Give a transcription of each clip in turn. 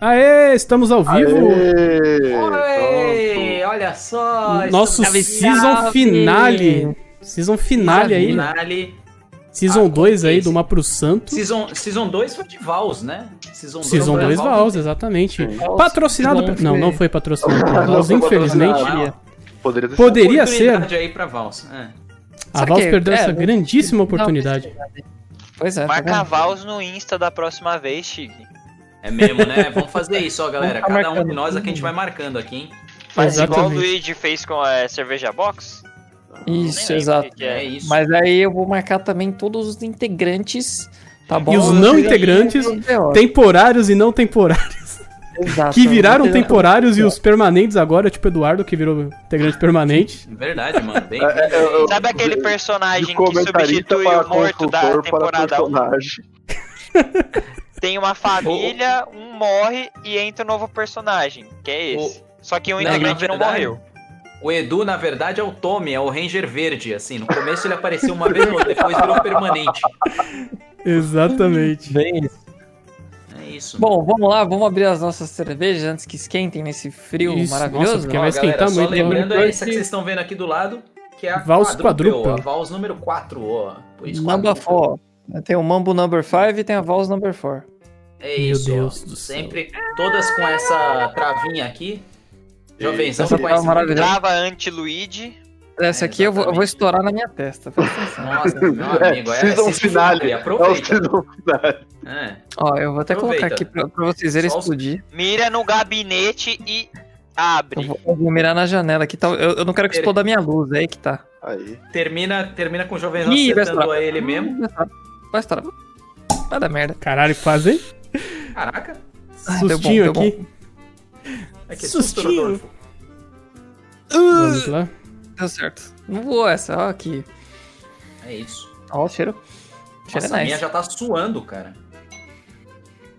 Aê, estamos ao vivo. Oi, olha só. Nosso estamos na season final. finale. Season finale aí. né? Finale. Season Ah, 2 aí isso. do Mar pro Santo. Season, season 2 foi de Vals, né? Season 2 Season é foi 2 Vals. Vals, exatamente. Vals. Patrocinado. Bom, pe- Não, foi. não foi patrocinado pela Não Vals, foi infelizmente. patrocinado. Ah, Poderia Poder- ter Poderia oportunidade aí pra Vals. é. A Sabe Vals que- perdeu é, essa eu- grandíssima oportunidade. Pois é. tá Marca vendo? Vals no Insta da próxima vez, Chig. É mesmo, né? Vamos fazer isso, ó, galera. Vamos tá Cada um de marcando. nós aqui a gente vai marcando aqui, hein? Faz igual o Exatamente. Luigi fez com a cerveja box. Isso, Nem lembro exato. o que que É é. isso. Mas aí eu vou marcar também todos os integrantes, tá bom? E os não Vocês- integrantes Teó- Temporários e não temporários. Exato. Que viraram Não um tem- temporários e os permanentes agora, tipo Eduardo, que virou integrante permanente. É Verdade, mano. Bem, É, é, é, Sabe aquele personagem de que comentarista substitui para o morto consultor da para temporada 1? personagem. Tem uma família, um morre e entra um novo personagem, que é esse. Só que um Não, integrante na não, verdade- morreu. o Edu, na verdade, é o Tommy, é o Ranger Verde, assim. No começo ele apareceu uma vez, ou outra, depois virou permanente. Exatamente. Bem isso. É isso. Bom, vamos lá, vamos abrir as nossas cervejas antes que esquentem nesse frio Isso, nossa, maravilhoso. porque vai esquentar galera, muito, Só lembrando né? é essa que vocês estão vendo aqui do lado, que é a Vals quadruple. A Vals número 4, ó. Por isso, Number quadruple. 4. Tem o Mambo Number 5 e tem a Vals Number 4. É Meu isso, Deus ó. do céu. Sempre todas com essa travinha aqui. Jovenzão Essa com essa trava maravilhosa. Trava anti-Luigi. É, Essa aqui eu vou, eu vou exatamente. estourar na minha testa. presta atenção. Nossa, meu amigo. É, season assiste o finale. filme, É o Aproveita. season finale. É. Ó, eu vou Aproveita. até colocar aqui pra, pra vocês verem Só os- explodir. Mira no gabinete e Eu abre. vou, eu vou mirar na janela aqui. Tá, eu, eu não quero que Ele- exploda a minha luz, é aí que tá. Aí. Termina, termina com o Jovenzão Ih, vai acertando a ele mesmo. Vai estourar. Vai estourar. Vai dar merda. Caralho, quase, hein? Caraca. Ah, deu bom, Sustinho deu bom. aqui. É que susto, Sustinho. Rodolfo. Vamos lá. Deu certo. Não voou essa, ó aqui. É isso. Ó o cheiro. O Nossa, cheiro é a minha nice. já tá suando, cara.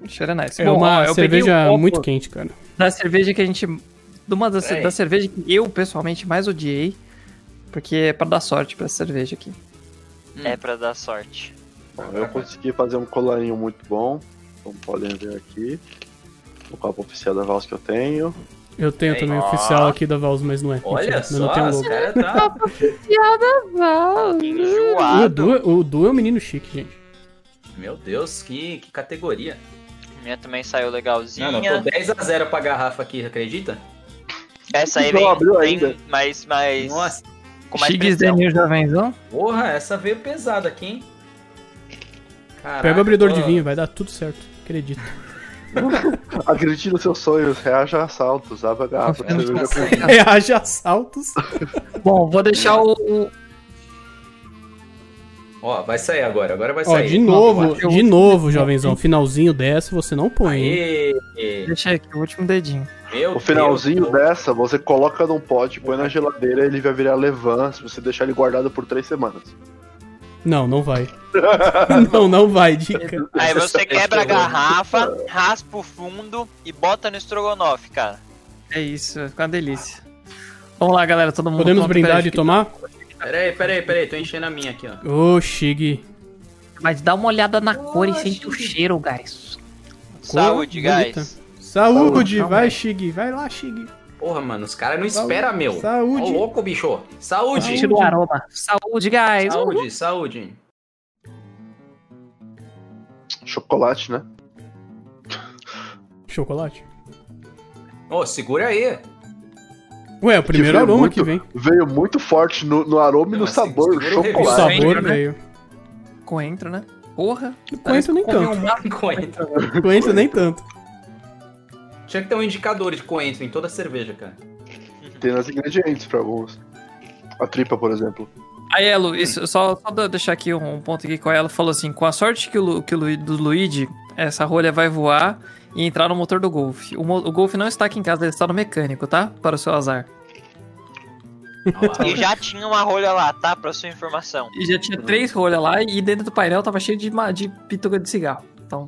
O cheiro é nice. É Bom, ó, uma eu peguei um cerveja copo muito quente, cara. Da cerveja que a gente... De uma das, Peraí. da cerveja que eu, pessoalmente, mais odiei. Porque é pra dar sorte pra essa cerveja aqui. É pra dar sorte. Eu consegui fazer um colarinho muito bom, como podem ver aqui. O copo oficial da Vals que eu tenho. Eu tenho Ei, também ó. oficial aqui da Vals, mas não é. Olha Mentira, eu não só, tenho os logo. caras tá... Hum. O Enjoado. Edu, o Edu é um menino chique, gente. Meu Deus, que, que categoria. Minha também Não, não, saiu tô legalzinha. 10 a 0 pra garrafa aqui, acredita? Essa aí Não vem, abriu vem ainda. mais, mais, Nossa, com mais Chigs pressão. Denil Jovenzão. porra, essa veio pesada aqui, hein? Caraca, Pega o abridor tô- de vinho, vai dar tudo certo. Acredito. Acredite nos seus sonhos, reaja a assaltos, abre a garrafa de Eu não cerveja sei. com- Reage a assaltos. Bom, vou deixar o... o- Ó, vai sair agora, agora vai Ó, sair. de novo, eu- de novo, jovenzão. Finalzinho dessa você não põe, hein? Aê, Deixa aqui o último dedinho. meu O finalzinho Deus. dessa, você coloca num pote, põe na geladeira, ele vai virar levan se você deixar ele guardado por três semanas. Não, não vai. não, não vai, dica. Aí você quebra a essa- garrafa, raspa o fundo e bota no estrogonofe, cara. É isso, fica uma delícia. Vamos lá, galera, todo mundo. Podemos conta, brindar peraí, de tomar? Peraí, peraí, peraí, tô enchendo a minha aqui, ó. Ô, Shig. Mas dá uma olhada na cor e sente o cheiro, guys. Saúde, bonita. guys. Saúde, Saúde, vai, Shig. Vai lá, Shig. Porra, mano, os caras não Saúde. esperam, meu. Ô, Saúde. louco, bicho. Saúde. Sente o aroma. Saúde, guys. Uhul. Saúde, saúde. Chocolate, né? Chocolate. Ô, segura aí. Ué, o primeiro veio aroma muito- que vem. Veio muito forte no, no aroma e Não, no assim, sabor, segura o O Claro. chocolate. sabor Coentro, né? veio. Coentro, né? Porra. Coentro nem comeu tanto. um maço Coentro. O Coentro nem tanto. então. Tinha que ter um indicador de coentro em toda cerveja, cara. Tem nas ingredientes pra alguns. A tripa, por exemplo. A Elo, é, isso, só, só da- deixar aqui um, um ponto aqui com a Elo, falou assim, com a sorte que o, Lu- que o Lu- do Luigi, essa rolha vai voar e entrar no motor do Golf. O, mo- o Golf não está aqui em casa, ele está no mecânico, tá? Para o seu azar. Olha lá. E já tinha uma rolha lá, tá? Pra sua informação. E já tinha três rolhas lá e dentro do painel tava cheio de, ma- de pituga de cigarro. Então,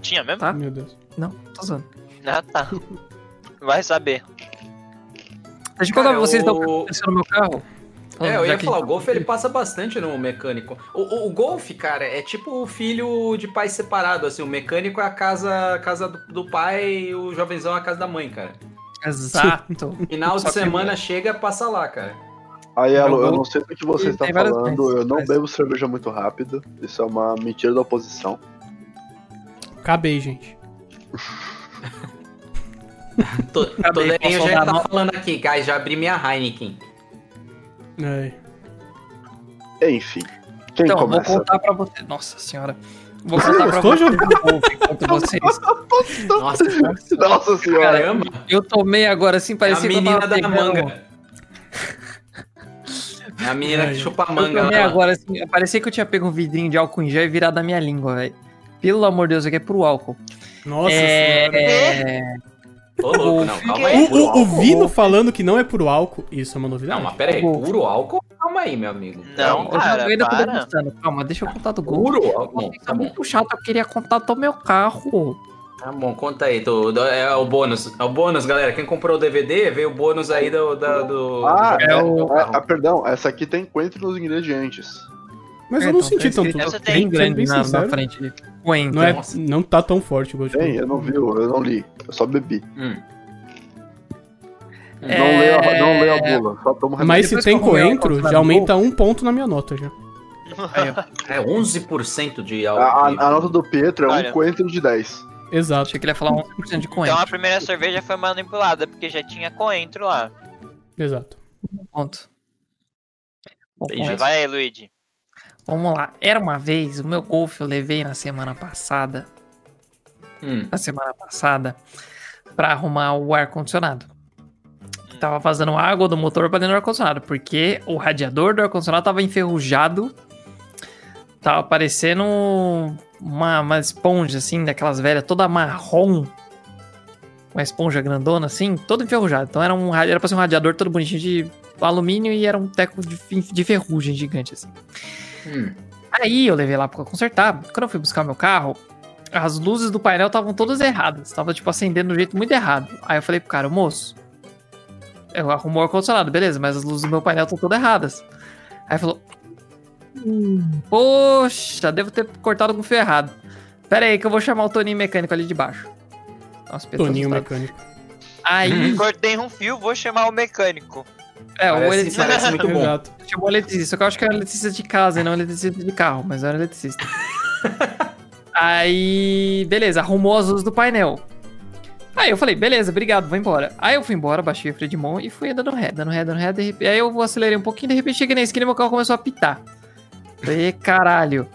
Tinha mesmo? Tá. Meu Deus. não, tô zoando. Ah, tá. Vai saber. Deixa eu contar Cara, pra vocês então, o- o que aconteceu no meu carro. É, eu já ia que- falar, o Golf ele passa bastante no mecânico. O, o, o Golf, cara, é tipo o filho de pai separado, assim, o mecânico é a casa, a casa do, do pai e o jovenzão é a casa da mãe, cara. Exato. Final Só de que- semana chega, passa lá, cara. Aí, Elo, eu Não, não sei do que você tem está várias falando, coisas, eu não mas- bebo cerveja muito rápido. Isso é uma mentira da oposição. Acabei, gente. Tô- Toderinho posso já dar tá nota? falando aqui, guys, já abri minha Heineken. É. Enfim, quem então, começa? vou contar pra você. Nossa senhora. Vou contar pra gostou, você João? do Golf enquanto vocês. Nossa, Nossa senhora, caramba, Eu tomei agora assim, é a parecia que eu menina tava da pegando- manga. É a menina que Ai, chupa Eu manga. tá tomei lá. agora assim, parecia que eu tinha pego um vidrinho de álcool em gel e virado da minha língua, velho. Pelo amor de Deus, aqui é pro álcool. Nossa é... senhora. Ô, louco, não, calma aí. O, puro o, o é álcool? Vino falando que não é puro álcool, isso é uma Não, novidade. mas pera aí, Gol. puro álcool? Calma aí, meu amigo. Não, Eu Cara, já tô ainda tô para. degustando. Calma, deixa eu contar do gol. Puro álcool? Tá Tá bom. muito chato, eu queria contar do meu carro. Tá bom, conta aí. Do, do- é o bônus. É o bônus, galera. Quem comprou o DVD, veio o bônus aí do. da- do Ah, do- é do o- Ah, carro. ah, perdão, essa aqui tem coentro nos ingredientes. Mas É, eu não então, senti tá tanto. escrito- Essa tem sendo Bem grande bem na, na sincero, frente. Coentro. Não, é, Nossa. não tá tão forte o gosto de Tem, coentro. eu não vi, eu não li, eu só bebi. Hum. É, Não, leio a, não leio a bula, só tomo remédio. Mas se Depois tem que eu comer o coentro, álcool, já tá aumenta um ponto na minha nota já. É 11% Ah, de A, álcool. a, a nota do Pietro é Olha. um coentro de 10. Exato. Achei que ele ia falar 11% de coentro. Então a primeira cerveja foi manipulada, porque já tinha coentro lá. Exato. Então, Ponto. Bom, Entendi. ponto. Vai aí, Luigi. Vamos lá. Era uma vez, o meu golfe eu levei na semana passada. Hum. Na semana passada, pra arrumar o ar-condicionado. Que Tava vazando água do motor pra dentro do ar-condicionado, porque o radiador do ar-condicionado tava enferrujado. Tava parecendo um, uma, uma esponja, assim, daquelas velhas, toda marrom. Uma esponja grandona, assim, todo enferrujado. Então era, um, ra- era pra ser um radiador todo bonitinho de alumínio e era um teco de, fi- de ferrugem gigante, assim. Hum. Aí eu levei lá pra consertar. Quando eu fui buscar meu carro, as luzes do painel estavam todas erradas. Tava, tipo, acendendo de um jeito muito errado. Aí eu falei pro cara, moço, eu arrumou o ar-condicionado, beleza, mas as luzes do meu painel estão todas erradas. Aí ele falou, "Hum, poxa, devo ter cortado com o fio errado. Pera aí que eu vou chamar o Toninho mecânico ali de baixo. Nossa, pessoal Toninho assustado. mecânico. Aí, Cortei um fio, vou chamar o mecânico. é, o ele Parece, parece muito bom. Exato. Chamou eletricista, só que eu acho que era eletricista de casa e não eletricista de carro, mas era eletricista. Aí, beleza, arrumou as luzes do painel. Aí eu falei, beleza, obrigado, vou embora. Aí eu fui embora, baixei o freio de mão e fui dando ré, dando ré, dando ré. de repente- Aí eu acelerei um pouquinho, de repente cheguei na esquina e meu carro começou a pitar. Falei, caralho.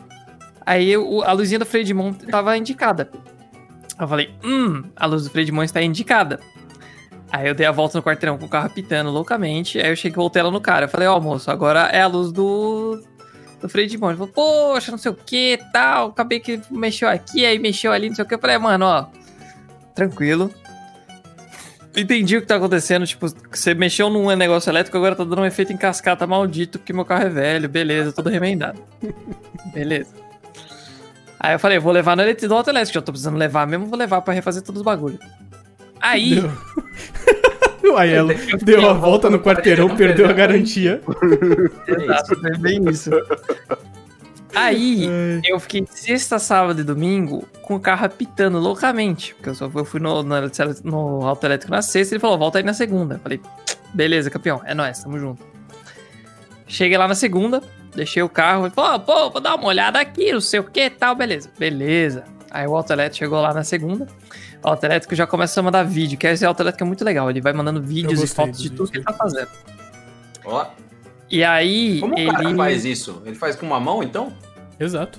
Aí eu- o- a luzinha do freio de mão tava indicada. Eu falei, hum, a luz do freio de mão está indicada. Aí eu dei a volta no quarteirão com o carro pitando loucamente. Aí eu cheguei e voltei ela no cara. Eu falei, ó, moço, agora é a luz do. do freio de mão. Ele falou, poxa, não sei o que tal. Acabei que mexeu aqui, aí mexeu ali, não sei o que. Eu falei, mano, ó, tranquilo. Entendi o que tá acontecendo. Tipo, você mexeu num negócio elétrico, agora tá dando um efeito em cascata maldito, porque meu carro é velho, beleza, tudo remendado. beleza. Aí eu falei, vou levar no eletri- no auto elétrico, já tô precisando levar mesmo, vou levar pra refazer todos os bagulhos. Aí. Deu... Aí ela deu a volta no quarteirão, perdeu a garantia. Exato, é bem isso. Aí, Ai. eu fiquei sexta, sábado e domingo com o carro apitando loucamente. Porque eu só fui- eu fui no, no, no auto elétrico na sexta e ele falou, volta aí na segunda. Eu falei, beleza, campeão, é nóis, tamo junto. Cheguei lá na segunda, deixei o carro e falou, ó, pô, vou dar uma olhada aqui, não sei o que tal, beleza. Beleza. Aí o auto elétrico chegou lá na segunda. O auto elétrico já começa a mandar vídeo, que esse auto elétrico é muito legal. Ele vai mandando vídeos e gostei fotos do de tudo que vídeo. ele tá fazendo. Ó, E aí. como ele... o cara faz isso? Ele faz com uma mão, então? Exato.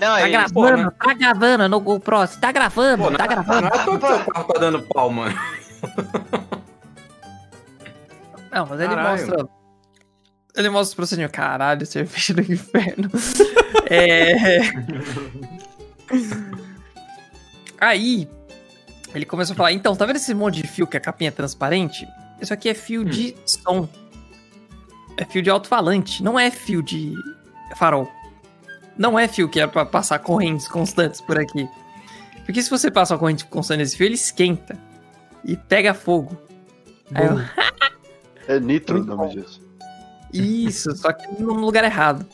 Não, é Tá ele, gravando, né? tá gravando no GoPro, você tá gravando, Pô, tá Não gravando. é à toa que seu carro tá dando pau, mano. Não, mas ele Caralho. mostra. Ele mostra o procedimento. Caralho, cerveja do inferno. é. Aí, ele começou a falar: então, tá vendo esse monte de fio que a capinha é transparente? Isso aqui é fio de som. É fio de alto-falante, não é fio de farol. Não é fio que é pra passar correntes constantes por aqui. Porque se você passa uma Ah, corrente constante nesse fio, ele esquenta e pega fogo. Aí eu- Bom. É Nitro o nome disso. Isso, só que no lugar errado.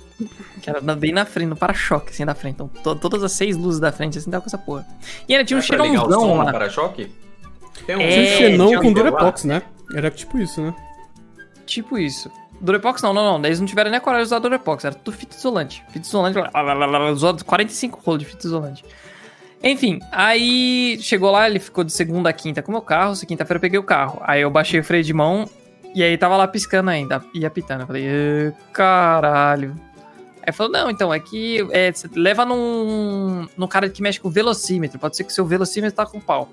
Que era bem na frente, no para-choque, assim, da frente. Então, to- todas as seis luzes da frente, assim, tava com essa porra. E ele tinha um É, pra ligar o xenãozão som no lá. para-choque? Tem um É, Tinha um xenon tinha com um Durepox, né? Era tipo isso, né? Tipo isso. Durepox não, não, não. Daí Eles não tiveram nem a coragem de usar Durepox. Era tudo fita isolante. Fita isolante. lá, lá, lá, lá, lá, Usou 45 rolos de fita isolante. Enfim, aí chegou lá, ele ficou de segunda a quinta com o meu carro. se Quinta-feira eu peguei o carro. Aí eu baixei o freio de mão e aí tava lá piscando ainda e apitando. Eu falei, "Ê, caralho. Aí falou, não, então, é que é, você leva num, num cara que mexe com velocímetro. Pode ser que seu velocímetro tá com pau.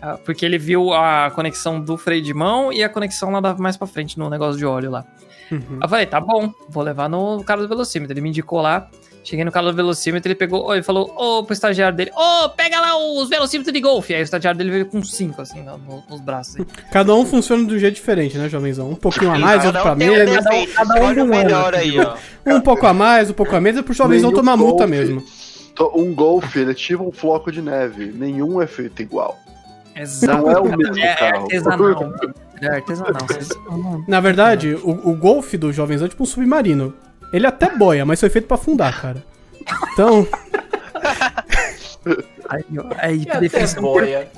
Ah, Porque ele viu a conexão do freio de mão e a conexão lá da- mais pra frente no negócio de óleo lá. Uhum. Aí Eu falei, tá bom, vou levar no cara do velocímetro. Ele me indicou lá. Cheguei no cara do velocímetro, ele pegou, ele falou, ô, pro estagiário dele, ô, pega lá os velocímetros de golfe. Aí o estagiário dele veio com cinco, assim, no- no- nos braços. assim. Cada um funciona de um jeito diferente, né, jovenzão? Um pouquinho a mais, outro Cada pra um tem um menos. defeito, cada um escolhe o não é, né? melhor aí, ó. Um pouco a mais, um pouco a menos, é pro jovenzão Nenhum tomar multa golfe. mesmo. To- Um golfe, ele é tipo um floco de neve. Nenhum é feito igual. Exato. Não é o mesmo É, é carro. artesanal. mano. É artesanal. vocês- eu não- Na verdade, o, o golfe do jovenzão é tipo um submarino. Ele é até boia, mas foi feito pra afundar, cara. Então, Aí, ó, aí, E um até é definição boia.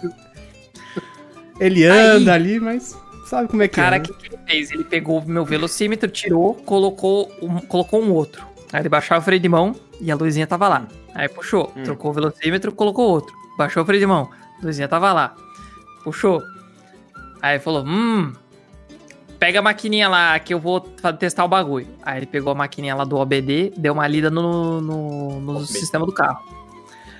ele anda ali, mas sabe como é O que cara, é. o né? que, que ele fez? Ele pegou o meu velocímetro, tirou, colocou um, colocou um outro. Aí ele baixava o freio de mão e a luzinha tava lá. Aí puxou, Hum. trocou o velocímetro, colocou outro. Baixou o freio de mão, a luzinha tava lá. Puxou. Aí falou, hum, pega a maquininha lá que eu vou fa- testar o bagulho. Aí ele pegou a maquininha lá do OBD, deu uma lida no, no, no OBD. sistema do carro.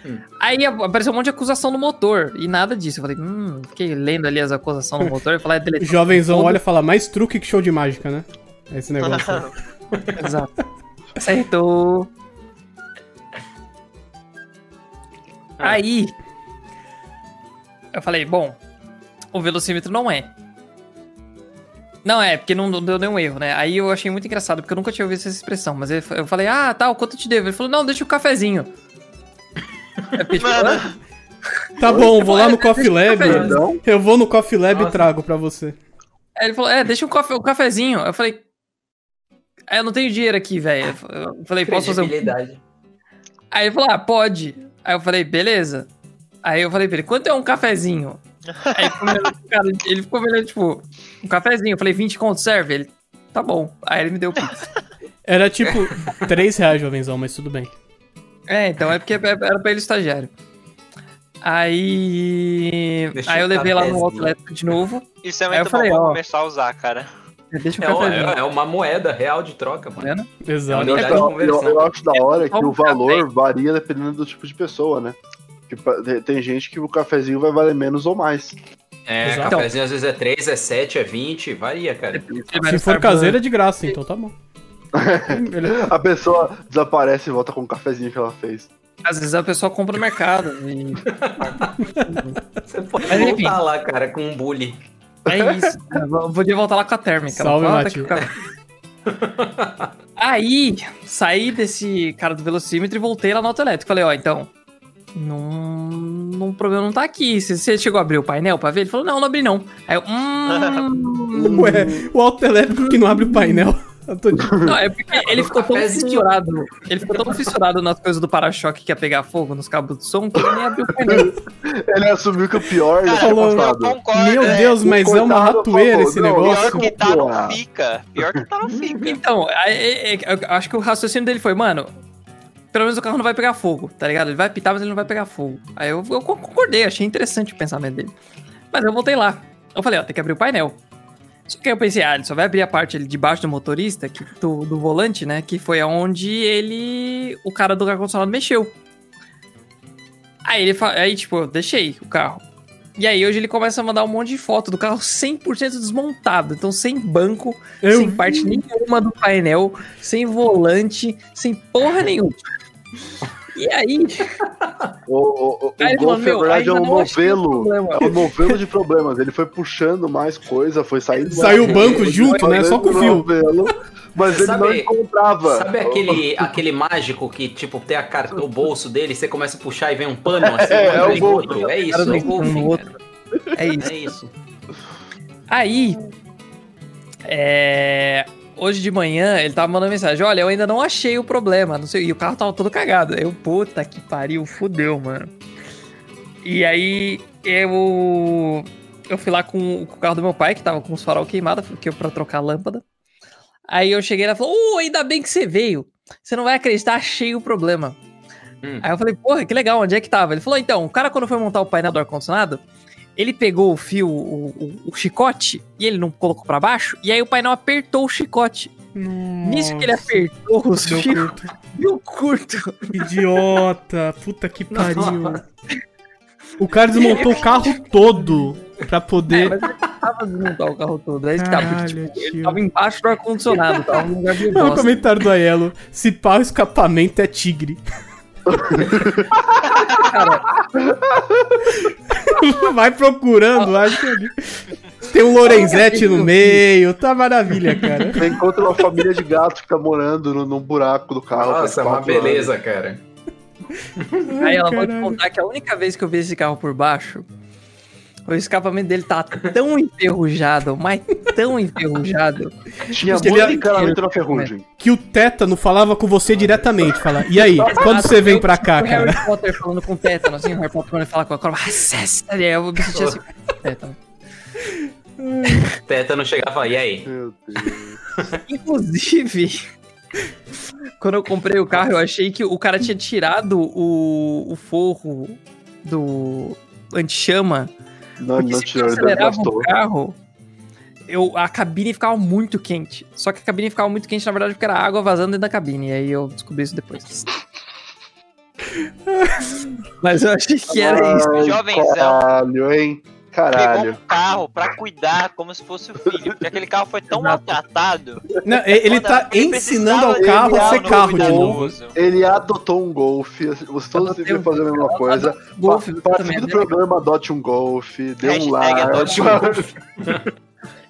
Hum. Aí ap- apareceu um monte de acusação no motor e nada disso. Eu falei, hum, fiquei lendo ali as acusações no motor. Eu falei, é deleção. Jovenzão Todo- olha e fala, mais truque que show de mágica, né? Esse negócio. Exato. Acertou. Ah. Aí, eu falei, bom, o velocímetro não é. Não é, porque não deu nenhum erro, né? Aí eu achei muito engraçado, porque eu nunca tinha ouvido essa expressão. Mas ele- eu falei, ah, tá, o quanto eu te devo? Ele falou, não, deixa o cafezinho. Eu fiquei, tipo, Mano. "Hã?" Tá bom, vou lá no Coffee Lab. Perdão? Eu vou no Coffee Lab e Nossa. trago pra você. Aí ele falou, é, deixa o, cafe, o cafezinho. Eu falei, é, eu não tenho dinheiro aqui, velho. Eu falei, posso fazer um Credibilidade. Aí ele falou, ah, pode. Aí eu falei, beleza. Aí eu falei pra ele, quanto é um cafezinho? Aí ele ficou me olhando, cara, ele ficou me olhando, tipo, um cafezinho. Eu falei, 20 conto serve? Ele, tá bom. Aí ele me deu o pix. Era tipo 3 reais, jovenzão, mas tudo bem. É, então, é porque era pra ele estagiário. Aí. Deixa aí eu o levei lá no cafezinho. outlet de novo. Isso é Aí eu muito bom falei, pra ó. começar a usar, cara. Deixa o É, uma- cafezinho. é uma moeda real de troca, tá mano. vendo? É Exato. uma unidade de Eu, eu- conversão. eu acho da hora que Só um o valor varia dependendo do tipo de pessoa, né? Tipo, tem- tem gente que o cafezinho vai valer menos ou mais. É, Exato. cafezinho às vezes é 3, é 7, é 20, varia, cara. Ele vai Se no for Starbucks. caseiro é de graça, então tá bom. Ele- A pessoa desaparece e volta com o cafezinho que ela fez. Às vezes a pessoa compra no mercado. E... Você pode Mas, voltar enfim. lá, cara, com um bully. É isso. cara. Eu Podia voltar lá com a térmica. Salve, Volta Mati. que o cara- Aí, saí desse cara do velocímetro e voltei lá no autoelétrico. Falei, ó, então. Não, não, o problema não tá aqui. Você, você chegou a abrir o painel pra ver? Ele falou, não, não abri não. Aí eu, hum. Ué, é? o auto elétrico que não abre o painel. Eu tô de- não, é porque ele ficou tão Cafezinho. fissurado. Ele ficou tão fissurado nas coisas do para-choque que ia pegar fogo nos cabos de som que ele nem abriu o painel. Ele assumiu que o pior Cara, já tinha falou- eu passado. concordo. Meu é. Deus, mas é uma Coitado, ratoeira esse falou, não, negócio. Pior que tá, não Porra. fica. Pior que tá, não fica. Então, aí, é- é- eu acho que o raciocínio dele foi, mano, pelo menos o carro não vai pegar fogo, tá ligado? Ele vai pitar, mas ele não vai pegar fogo. Aí eu, eu concordei, achei interessante o pensamento dele. Mas eu voltei lá. Eu falei, ó, tem que abrir o painel. Só que aí eu pensei, ah, ele só vai abrir a parte ali de baixo do motorista, que- do, do volante, né? Que foi aonde ele. o cara do ar-condicionado mexeu. Aí ele fa- aí, tipo, eu deixei o carro. E aí hoje ele começa a mandar um monte de foto do carro 100% desmontado. Então, sem banco, Eu sem parte nenhuma do painel, sem volante, sem porra nenhuma. E aí, O, o, o, o Aí ele falou, Golf, na meu, verdade, é ainda um não achei o novelo. problema. É um novelo de problemas. Ele foi puxando mais coisa, foi saindo. Saiu o mais banco coisa, junto, foi né? Só com o fio. fazendo novelo, mas ele não Sabe- encontrava. Sabe aquele, aquele mágico que, tipo, tem a car... o bolso dele, você começa a puxar e vem um pano assim, É, um é o vem Golf. outro. É isso, cara é o deitando golfe, no cara. outro. É isso. É isso. Aí, É, Hoje de manhã ele tava mandando mensagem: Olha, eu ainda não achei o problema, não sei. E o carro tava todo cagado. Eu, puta que pariu, fudeu, mano. E aí eu. Eu fui lá com, com o carro do meu pai, que tava com os farol queimado, porque eu pra trocar a lâmpada. Aí eu cheguei e ela falou: Uh, ainda bem que você veio. Você não vai acreditar, achei o problema. Hum. Aí eu falei, porra, que legal, onde é que tava? Ele falou, então, o cara quando foi montar o painel do ar-condicionado, ele pegou o fio, o, o- o chicote, e ele não colocou pra baixo, e aí o painel apertou o chicote. Nisso que ele apertou o Deu fio, curto. deu curto. Idiota, puta que pariu. O cara desmontou o carro todo pra É, poder. mas ele tava desmontar o carro todo. Aí ele tava, porque, tipo, Caralho, ele tio. tava embaixo do ar-condicionado, tava num lugar meio Olha o bosta. um comentário do Aiello. Se pá, o escapamento é tigre. Vai procurando, acho que ali. Tem um Lorenzetti no meio, tá maravilha, cara. Você encontra uma família de gatos que tá morando no, num buraco do carro. faz Nossa, uma quatro anos. beleza, cara. Aí ela Ai, pode caralho. contar que a única vez que eu vi esse carro por baixo, o escapamento dele tá tão enferrujado, mas tão enferrujado. Tinha Ele muito é- encanamento na ferrugem. Que o tétano falava com você diretamente. Fala, e aí, quando você vem pra cá, o cara? Harry Potter falando com o tétano, assim, o Harry Potter quando ele fala com a cobra, acessa ali, aí eu me senti assim, tétano. Teta não chegava, e aí? Meu Deus. Inclusive, quando eu comprei o carro, eu achei que o cara tinha tirado o, o forro do anti-chama Não, Porque não se eu tirou, ele um acelerava o gastou. carro, eu, a cabine ficava muito quente. Só que a cabine ficava muito quente, na verdade, porque era água vazando dentro da cabine. E aí eu descobri isso depois. Mas eu achei que era isso. Ai, Jovenzão. Caralho, hein? Pegou Caralho. um carro pra cuidar como se fosse o filho, porque aquele carro foi tão Exato. maltratado. Não, e- ele tá Ele ensinando ao precisava carro de a um ser carro carro de novo. cuidadoso. Ele adotou um golfe, vocês todos Adotei deviam um- fazer a mesma coisa. Golf, Pa- também, Participe né? do programa Adote um Golfe, dê um Hashtag like. adote um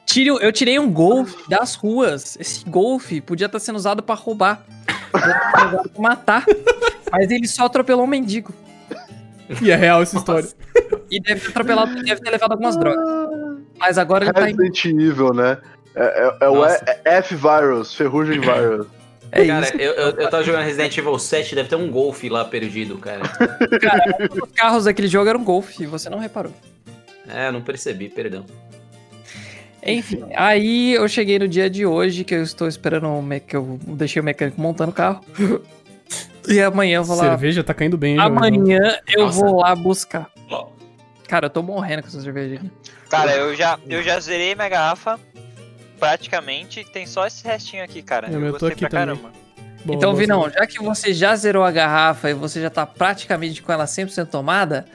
Tire- eu tirei um Golf das ruas. Esse Golf podia estar sendo usado pra roubar. Podia estar sendo usado pra matar. Mas ele só atropelou um mendigo. E é real essa história. E deve ter atropelado, deve ter levado algumas drogas. Mas agora ele tá em. É Resident Evil, né? É, é- é o Nossa. E- é F-Virus, Ferrugem Virus. É cara, isso. eu, eu, eu tava jogando Resident Evil 7, deve ter um Golf lá perdido, cara. Os carros daquele jogo eram Golf e você não reparou. É, não percebi, perdão. Enfim, aí eu cheguei no dia de hoje que eu estou esperando o me- que eu deixei o mecânico montando o carro. E amanhã eu vou lá. Ah, Cerveja né? tá caindo bem, hein, Jorge? Amanhã eu Nossa. vou lá buscar. Cara, eu tô morrendo com essa cerveja aqui. Cara, eu já, eu já zerei minha garrafa. Praticamente, tem só esse restinho aqui, cara. É, eu mas eu tô gostei aqui pra também. caramba. Boa, então, boa Vinão, já que você já zerou a garrafa e você já tá praticamente com ela 100% tomada,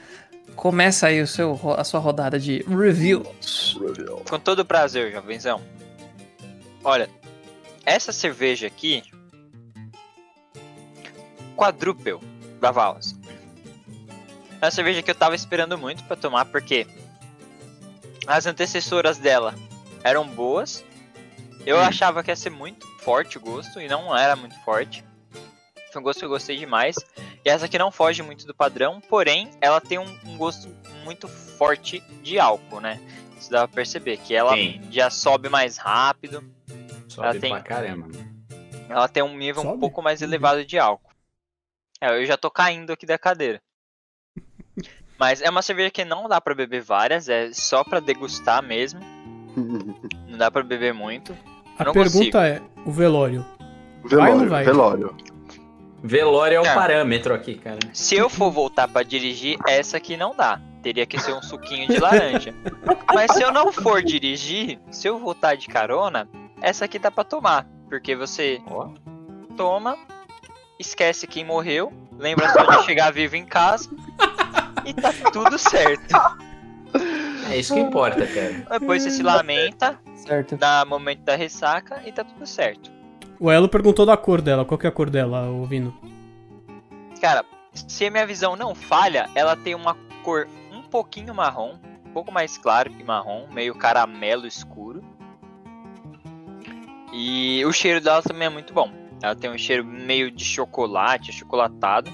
começa aí o seu, ro- a sua rodada de reviews. Com todo prazer, jovenzão. Olha, essa cerveja aqui. Quadruple da Valas. assim. É uma cerveja que eu tava esperando muito pra tomar, porque as antecessoras dela eram boas. Eu achava que ia ser muito forte o gosto, e não era muito forte. Foi um gosto que eu gostei demais. E essa aqui não foge muito do padrão, porém, ela tem um, um gosto muito forte de álcool, né? Isso dá pra perceber, que ela Sim. já sobe mais rápido. Sobe tem- pra caramba. mano. Ela tem um nível Sobe? um pouco mais elevado de álcool. É, eu já tô caindo aqui da cadeira. Mas é uma cerveja que não dá pra beber várias, é só pra degustar mesmo. Não dá pra beber muito. A não pergunta é, o velório. Vai ou não velório, vai? velório. Velório é o É. parâmetro aqui, cara. Se eu for voltar pra dirigir, essa aqui não dá. Teria que ser um suquinho de laranja. Mas se eu não for dirigir, se eu voltar de carona, essa aqui dá pra tomar. Porque você Ó. toma, esquece quem morreu, lembra só de chegar vivo em casa e tá tudo certo. É isso que importa, cara. Depois você se lamenta, Certo. dá momento da ressaca e tá tudo certo. O Elo perguntou da cor dela. Qual que é a cor dela, ouvindo? Cara, se a minha visão não falha, ela tem uma cor um pouquinho marrom, um pouco mais claro que marrom, meio caramelo escuro. E o cheiro dela também é muito bom. Ela tem um cheiro meio de chocolate, achocolatado.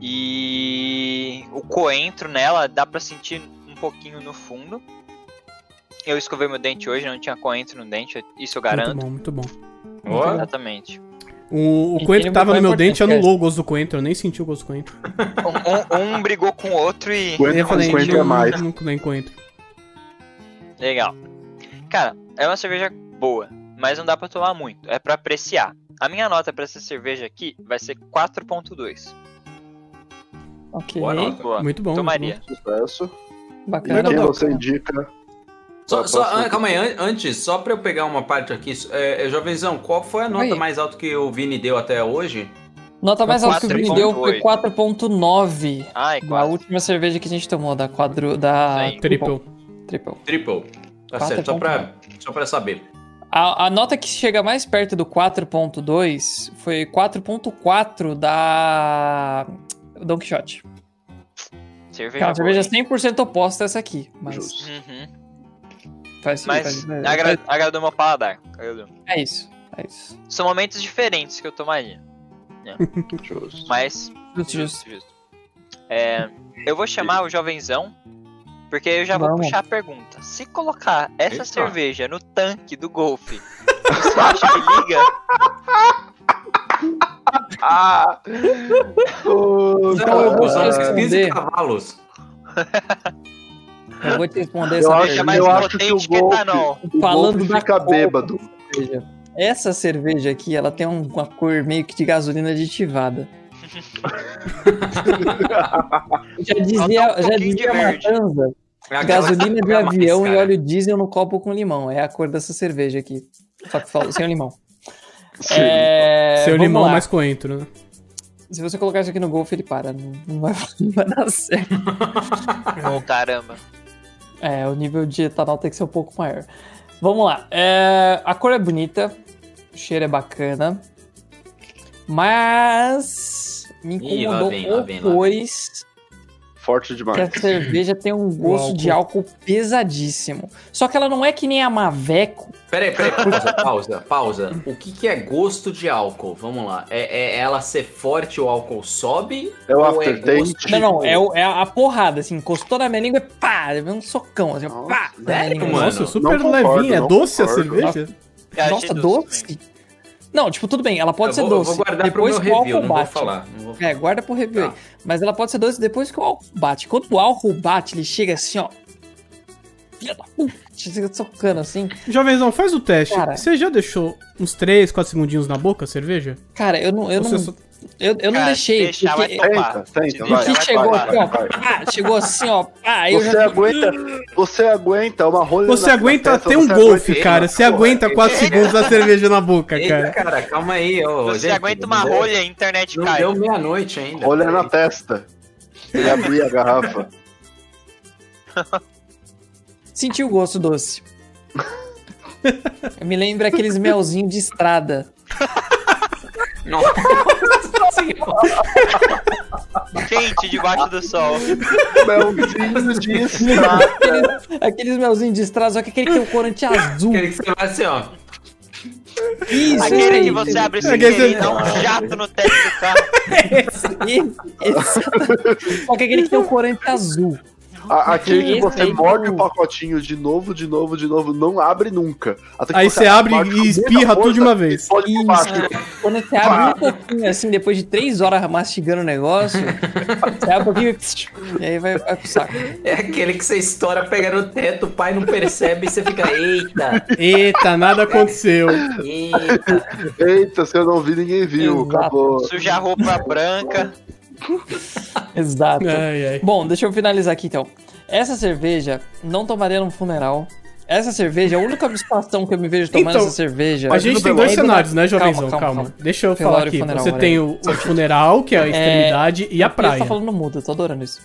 E o coentro nela dá pra sentir um pouquinho no fundo. eu escovei meu dente hoje, não tinha coentro no dente, isso eu Muito garanto. bom, muito bom. Ó, Exatamente. O, o E coentro ele que tava no é meu importante, dente anulou cara. o gosto do coentro, eu nem senti o gosto do coentro. Um, um- um brigou com o outro e. Coentro eu com coentro não, é mais. Não, não, nem coentro. Legal. Cara, é uma cerveja boa, mas não dá pra tomar muito, é pra apreciar. A minha nota pra essa cerveja aqui vai ser 4.2. Ok, Boa nota. Boa. Muito bom. Tomaria. Sucesso. E bacana. quem não, você cara. indica? Só, Tá, só- posso- ah, calma aí, an- antes, só pra eu pegar uma parte aqui, é, é, Jovenzão, qual foi a nota Oi. mais alta que o Vini deu até hoje? Nota mais alta que o Vini deu foi 4.9. Ai, A quase. última cerveja que a gente tomou da quadru... da Sim. Triple. triple. Triple. Tá Quatro certo, só ponto pra, só pra saber. A, a nota que chega mais perto do 4.2 foi 4.4 da Don Quixote. Que é Cerveja uma boa. cerveja 100% oposta a essa aqui, Justo. mas Uhum. faz tá, Mas né? faz- agra- agradou meu paladar. Agradou. É isso, é isso. São momentos diferentes que eu tomaria. Justo. Mas. Justo, justo. justo. É, eu vou chamar o jovenzão, porque eu já vou Vamos. puxar a pergunta. Se colocar essa Eita. cerveja no tanque do golfe, você acha que liga? Ah! Ô, Então, eu vou cara, só São 15 responder. cavalos. Eu vou te responder Eu essa acho- pergunta. Deixa mais eu acho que o potente que, golfe- etanol. o falando Golf da fica Copa. bêbado. cerveja. Essa cerveja aqui, ela tem um- uma cor meio que de gasolina aditivada. já dizia, Falta um já pouquinho de dizia verde. Matanza, É aquela- gasolina de é a mais, avião e cara. óleo diesel no copo com limão. É a cor dessa cerveja aqui. Só que fala- sem o limão. É, Seu vamos limão lá. mais coentro, né? Se você colocar isso aqui no Golf, ele para. Não, não vai, não vai dar certo. Oh, caramba. É, o nível de etanol tem que ser um pouco maior. Vamos lá. É, a cor é bonita, o cheiro é bacana, mas me Ih, lá incomodou vem, lá vem, lá vem. depois Forte que demais. a cerveja tem um gosto álcool. de álcool pesadíssimo. Só que ela não é que nem a Maveco. Peraí, peraí, pausa, pausa, pausa. O que, que é gosto de álcool? Vamos lá. É, é ela ser forte, o álcool sobe? É o Ou é aftertaste. Não, não, é, Tipo, o- é a porrada, assim, encostou na minha língua e pá, deu um socão. Assim, Nossa, pá, na minha sério, língua. mano? Nossa, super não levinha. concordo, é não doce a concordo. cerveja? Eu né? achei Nossa, doce? também. Não, tipo, tudo bem, ela pode eu ser vou, doce. Eu vou guardar depois pro meu que o review, álcool não vou bate. falar. Não vou falar. É, guarda pro review Tá. aí. Mas ela pode ser doce depois que o álcool bate. Quando o álcool bate, ele chega assim, ó. Filha da puta, chega socando assim. Jovenzão, faz o teste. Cara. Você já deixou uns 3, 4 segundinhos na boca a cerveja? Cara, eu não, eu Ou não, você só- eu, eu não Cara, se deixei. deixar, porque vai tomar. Tenta, tenta, Se vai, deixar, porque vai, chegou vai, aqui, ó. vai, pá, chegou assim, ó. Pá, aí eu Você já fiquei- aguenta, você aguenta uma rolha Você na- na aguenta testa, até um você golfe, aguenta- cara. Você Porra, aguenta é- 4 segundos a cerveja na boca, Eita, cara. cara, calma aí. Ô, É, Você gente, aguenta uma não deu- rolha e a internet Não cai. deu meia-noite ainda. Rolha na testa. Ele abria a garrafa. é- Senti o gosto doce. Eu me lembro aqueles melzinhos de estrada. Não. Quente debaixo do sol. Melzinho de estrada. Aqueles melzinhos de estrada, só que aquele que tem o corante azul. Aquele que você vai assim, ó. Isso, isso Aquele aí. que você abre sem Aquele- querer e dá um jato no teto do carro. Esse- Só que aquele que tem o corante azul. A- Aquele que Esse você aí. morde o pacotinho de novo, de novo, de novo, não abre nunca. Até que Aí você abre morde com e muita espirra tudo força de uma vez. e pode Isso. baixo. Quando você abre um pouquinho, assim, depois de três horas mastigando o negócio, você abre um pouquinho e pss, e aí vai, vai pro saco. É aquele que você estoura, pega no teto, o pai não percebe e você fica, eita, Eita, nada aconteceu. eita. Eita, se eu não vi, ninguém viu. Exato. Acabou. Suja a roupa branca. Exato. Ai, ai. Bom, deixa eu finalizar aqui então. Essa cerveja não tomaria num funeral. Essa cerveja, é a única obstipação que eu me vejo tomando Então, essa cerveja. A gente tem é dois do- cenários, né, Jovenzão? Calma. Calma, calma, Deixa eu Velório falar aqui. e funeral, Você olha tem o, o funeral, que é a extremidade, e a O Pedro praia. tá falando mudo, eu tô adorando isso.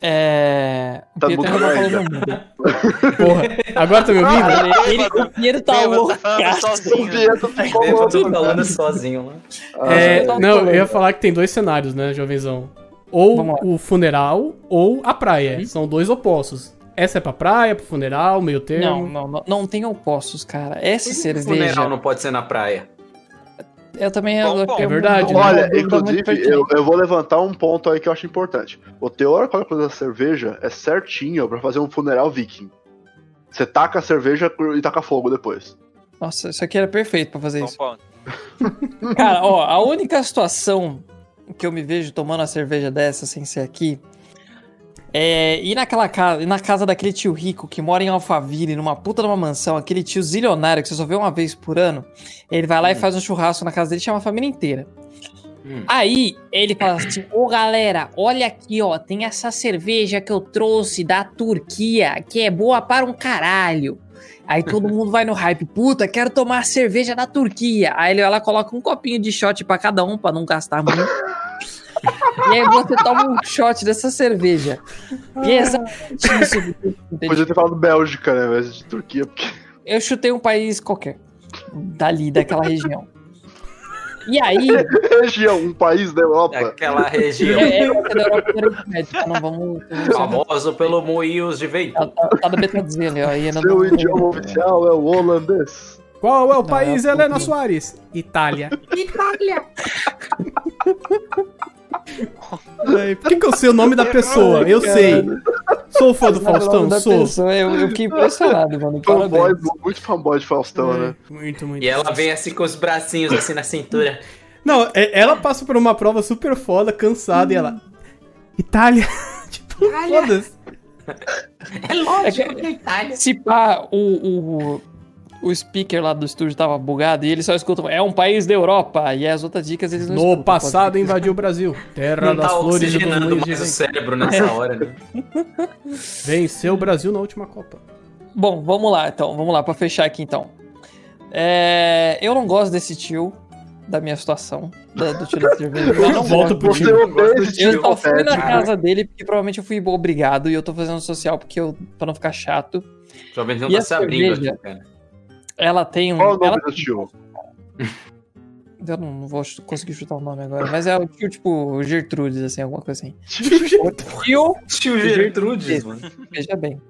É. O Tá Pedro mudando tá falando ainda. mudo. Porra, agora tá me ouvindo? Cara, Ah, ele, o Piero tá né? Bêbado, louco. falando O sozinho. Pietro ficou Eu tô louco. falando sozinho né? lá. Ah, É, eu tava não, falando. eu ia falar que tem dois cenários, né, Jovenzão? Vamos Ou lá. o funeral ou a praia. São dois opostos. Essa é pra praia, pro funeral, meio Não, termo. não, não, não tem opostos, cara. Essa cerveja. funeral não pode ser na praia. Eu também Bom, eu- bom. eu- É verdade, né? eu- Olha, eu- eu- inclusive, eu, eu vou levantar um ponto aí que eu acho importante. O teor alcoólico da cerveja é certinho pra fazer um funeral viking. Você taca a cerveja e taca fogo depois. Nossa, isso aqui era perfeito pra fazer Bom isso. ponto. Cara, ó, a única situação que eu me vejo tomando uma cerveja dessa sem ser aqui é ir naquela casa, ir na casa daquele tio rico que mora em Alphaville, numa puta de uma mansão, aquele tio zilionário que você só vê uma vez por ano. Ele vai lá e faz um churrasco na casa dele e chama a família inteira. Hum. Aí ele fala assim: Ô galera, olha aqui, ó, tem essa cerveja que eu trouxe da Turquia, que é boa para um caralho. Aí todo mundo vai no hype, puta, quero tomar cerveja da Turquia. Aí ele vai lá, coloca um copinho de shot pra cada um, pra não gastar muito. e aí você toma um shot dessa cerveja. E é exatamente isso. entendeu? Podia ter falado Bélgica, né? Mas de Turquia, porque. Eu chutei um país qualquer, dali, daquela região. E aí, Região, um país da Europa. Aquela região é, é da Europa do Oriente Médio, tá? não vamos... vamos famosa pelo moinhos de vento. tá, tá, tá da Betadinha ali, ó. Seu idioma oficial é o holandês. Qual é o Não, país, é Helena porque- Soares? Itália. Itália! Ai, É, Por que, que eu sei o nome da pessoa? Eu sei. Sou fã do Faustão? Sou. eu, eu fiquei impressionado, mano. Fanboy, Um Parabéns. É. muito fanboy de Faustão, né? Muito, muito. E ela vem assim com os bracinhos assim na cintura. Não, é- ela passa por uma prova super foda, cansada, e ela. Itália! tipo, foda-se. É lógico que é Itália. Se pá, o, o, o speaker lá do estúdio tava bugado e eles só escutam, é um país da Europa. E as outras dicas eles não escutam. No passado invadiu o Brasil. Terra Não das tá flores e dos oxigenando moinhos de mais o vento. cérebro nessa hora, né? Venceu o Brasil na última Copa. Bom, vamos lá então, vamos lá, pra fechar aqui então. É, eu não gosto desse tio, da minha situação, da- do tio da cerveja. Eu não Volta gosto. pro Você time. odeia esse Eu time só fui na patético. casa dele porque provavelmente eu fui obrigado e eu tô fazendo social porque eu, pra não ficar chato. Jovem não E tá a se abrindo cerveja? aqui, cara. Ela tem um. Qual o ela nome do tio? Eu não, não vou ch- conseguir chutar o nome agora, mas é o tio, tipo, Gertrudes, assim, alguma coisa assim. Tio, Tio Gertrudes, mano. veja bem.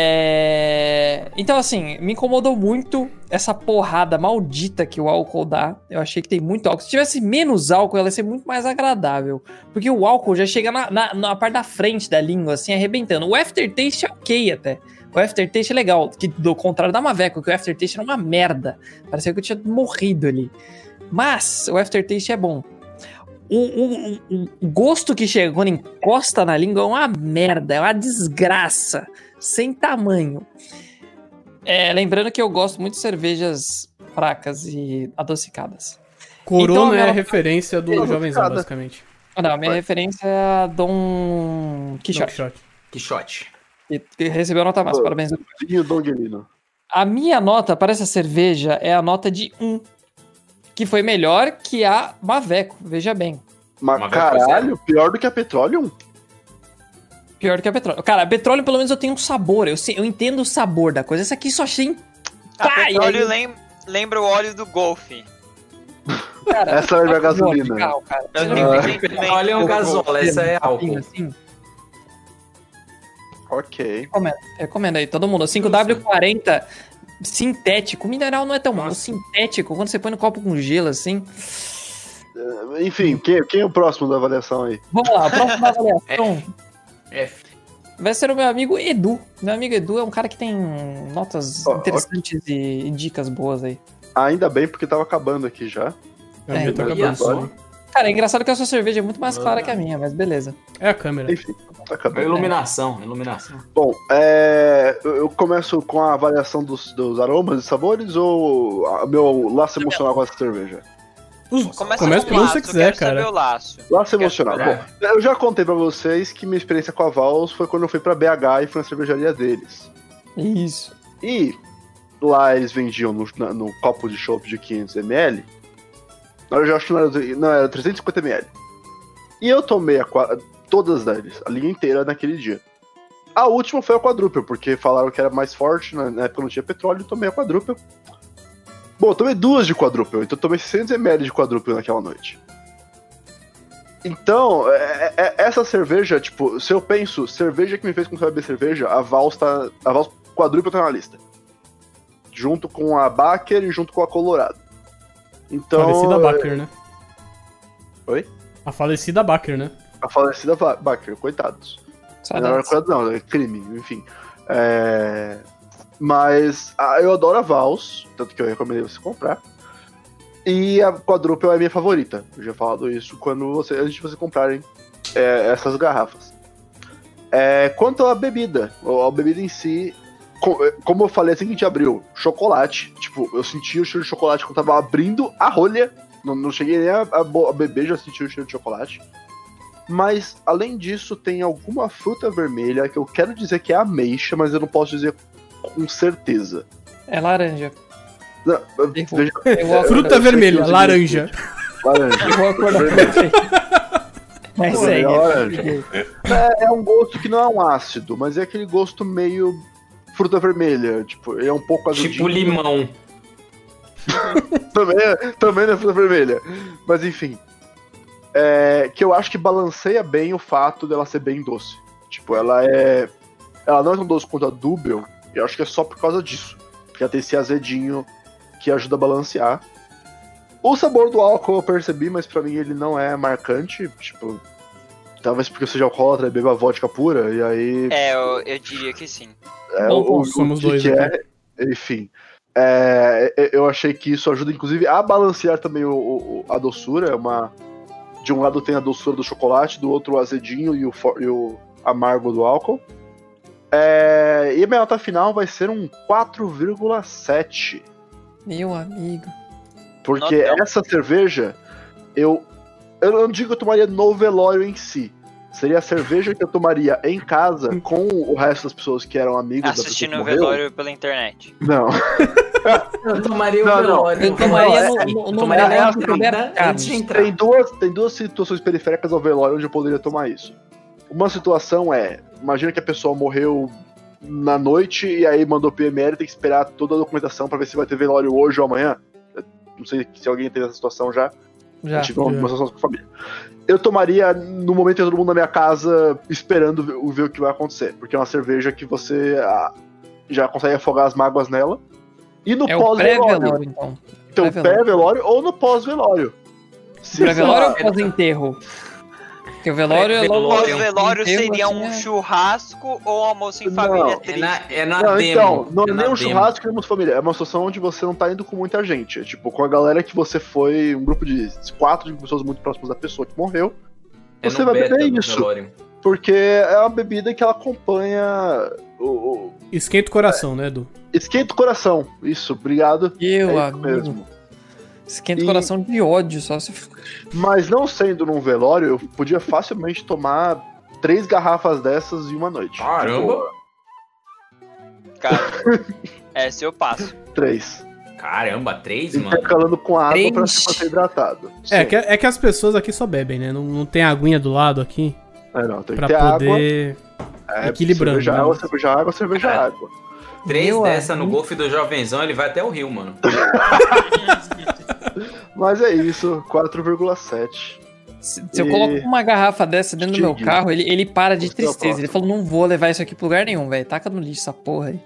É, Então, assim, me incomodou muito essa porrada maldita que o álcool dá. Eu achei que tem muito álcool. Se tivesse menos álcool, ela ia ser muito mais agradável. Porque o álcool já chega na, na, na parte da frente da língua, assim, arrebentando. O aftertaste é ok até. O aftertaste é legal, que do contrário da Maveco, que o aftertaste era uma merda. Parecia que eu tinha morrido ali. Mas o aftertaste é bom. O, o- o- o gosto que chega quando encosta na língua é uma merda, é uma desgraça, sem tamanho. É, lembrando que eu gosto muito de cervejas fracas e adocicadas. Corona é a ela- referência do Ela- é Jovenzão, Ela- basicamente. Ah, Não, a minha Vai. referência é a Dom Don Quixote, Quixote. Que shot. que que recebeu a nota máxima, Pô. parabéns. Vinho Donguelino. A minha nota para essa cerveja é a nota de 1, que foi melhor que a Maveco, veja bem. Mas Mas vai caralho, pior do que a Petroleum? Pior que a petróleo. Cara, a petróleo pelo menos eu tenho um sabor, eu, sei- eu entendo o sabor da coisa. Essa aqui só achei... Ah, Pai, petróleo aí- lem- lembra o óleo do golfe. Cara, Essa é a de gasolina. carro, cara. Eu Você não tenho Ah. entendimento Olha um do golfe. gasola, essa é tem álcool. assim? Ok. Recomendo aí, todo mundo. 5W40 sintético. O mineral não é tão mal. O sintético, quando você põe no copo com gelo assim. Eh, Enfim, quem, quem é o próximo da avaliação aí? Vamos lá, a próxima avaliação É, vai ser o meu amigo Edu. Meu amigo Edu é um cara que tem notas Ó, ó. interessantes e, e dicas boas aí. Ainda bem, porque tava acabando aqui já. É, a minha tá mas acabando agora- só. Cara, é engraçado que a sua cerveja é muito mais Não, clara não. que a minha, mas beleza. É a câmera. Enfim, tá é acabando. iluminação, iluminação. Bom, é, eu eu começo com a avaliação dos, dos aromas e sabores ou o meu laço emocional com essa cerveja? Os- Começa, Começa com pelo que laço, você eu quiser, quero saber cara. o laço. Laço emocional. saber. Bom, eu já contei pra vocês que minha experiência com a Vals foi quando eu fui pra BH e fui na cervejaria deles. Isso. E lá eles vendiam no, na- no copo de chopp de 500ml. Agora eu já acho que não era, du- não, era 350ml. E eu tomei a qua- todas deles, a linha inteira naquele dia. A última foi a quadrúpel, porque falaram que era mais forte, né? na, na época não tinha petróleo, eu tomei a quadrúpel. Bom, eu tomei duas de quadrúpel, então eu tomei 600ml de quadrúpel naquela noite. Então, é- é- é- essa cerveja, tipo, se eu penso, cerveja que me fez começar a beber cerveja, a Vals, tá, a Vals quadrúpel tá na lista. Junto com a Baker e junto com a Colorado. Então, Falecida Baker, né? Oi? A falecida Baker, né? a falecida Ba- Baker, coitados. Não, não é Saudades. coisa não, é crime, enfim. É, mas ah, eu adoro a Vals, tanto que eu recomendei você comprar. E a quadruple é a minha favorita. Eu já falado isso quando você, antes de vocês comprarem é, essas garrafas. É, quanto à bebida, ou a bebida em si, co- é, como eu falei assim que a gente abriu, chocolate. Tipo, eu senti o cheiro de chocolate quando tava abrindo a rolha. Não, não cheguei nem a, a bo- a beber, já senti o cheiro de chocolate. Mas, além disso, tem alguma fruta vermelha que eu quero dizer que é ameixa, mas eu não posso dizer com certeza. É laranja. Não, eu- Errou. veja- Errou a cor Fruta eu sei vermelha, que eu laranja. laranja. errou a cor da fruta. Mas Pô, segue. é laranja. Fiquei. é um gosto que não é um ácido, mas é aquele gosto meio fruta vermelha, tipo, ele é um pouco azul. Tipo limão. Também, é- também não é fruta vermelha. Mas enfim. É, que eu acho que balanceia bem o fato dela ser bem doce. Tipo, ela é. Ela não é tão doce quanto a Dubel, eu acho que é só por causa disso. Porque ela tem esse azedinho que ajuda a balancear. O sabor do álcool eu percebi, mas pra mim ele não é marcante. Tipo, talvez porque eu seja alcoólatra e beba vodka pura, e aí. É, eu, eu diria que sim. É, Bom, o- bom, o, somos que dois que é, enfim. É, é, eu achei que isso ajuda, inclusive, a balancear também o, o- o- a doçura. É uma, de um lado tem a doçura do chocolate, do outro o azedinho e o, for- e o amargo do álcool. É, e a minha nota final vai ser um 4,7. Meu amigo. Porque Notão. essa cerveja, eu, eu não digo que eu tomaria no velório em si. Seria a cerveja que eu tomaria em casa com o resto das pessoas que eram amigos Assistindo da o pessoa que morreu. velório pela internet. Não. Eu tomaria Não, o não. velório. Eu tomaria no- no- Eu no é, tomaria velório na do entrada mercado. antes de entrar. Tem duas, tem duas situações periféricas ao velório onde eu poderia tomar isso. Uma situação é, imagina que a pessoa morreu na noite e aí mandou PMR e tem que esperar toda a documentação pra ver se vai ter velório hoje ou amanhã. Eu Não sei se alguém teve essa situação já. Já. eu tive uma, já. uma situação com a família. Eu tomaria no momento que todo mundo na minha casa esperando ver, ver o que vai acontecer, porque é uma cerveja que você ah, já consegue afogar as mágoas nela. E no É o pós-velório. pré-velório, então. Então, Pré-velório. pré-velório ou no pós-velório. Se Pré-velório ou sei lá, pós-enterro? Porque o velório é logo. um Velório. Pós-velório Enterro, seria assim, um é- churrasco ou almoço em né? Não. família É triste. na, é na não, demo. então, não é na nem um demo. churrasco nem uma família. É uma situação onde você não tá indo com muita gente. É tipo, com a galera que você foi, um grupo de quatro de pessoas muito próximas da pessoa que morreu. É você no vai beber beta do isso. velório. Porque é uma bebida que ela acompanha. O, o- Esquenta o É. coração, né, Edu? Esquenta o coração. Isso, obrigado. Meu é isso amigo. mesmo. Esquenta E- o coração de ódio só se Mas não sendo num velório, eu podia facilmente tomar três garrafas dessas em uma noite. Caramba! Cara, essa eu passo. Três. Caramba, três, E mano. intercalando com água pra Três? se manter hidratado. É Sim. que, é que as pessoas aqui só bebem, né? Não, não tem aguinha do lado aqui É, não, tem que pra ter água. poder. É, equilibrando, Cerveja, né? água, cerveja, água, cerveja, Cara. água. Três é Meu dessa no amigo. golfe do jovenzão, ele vai até o rio, mano. Mas é isso, 4,7. Se, se eu E- coloco uma garrafa dessa dentro do meu Diga. carro, ele, ele para de Você é o tristeza. Ele próximo. falou, não vou levar isso aqui pra lugar nenhum, velho. Taca no lixo essa porra aí.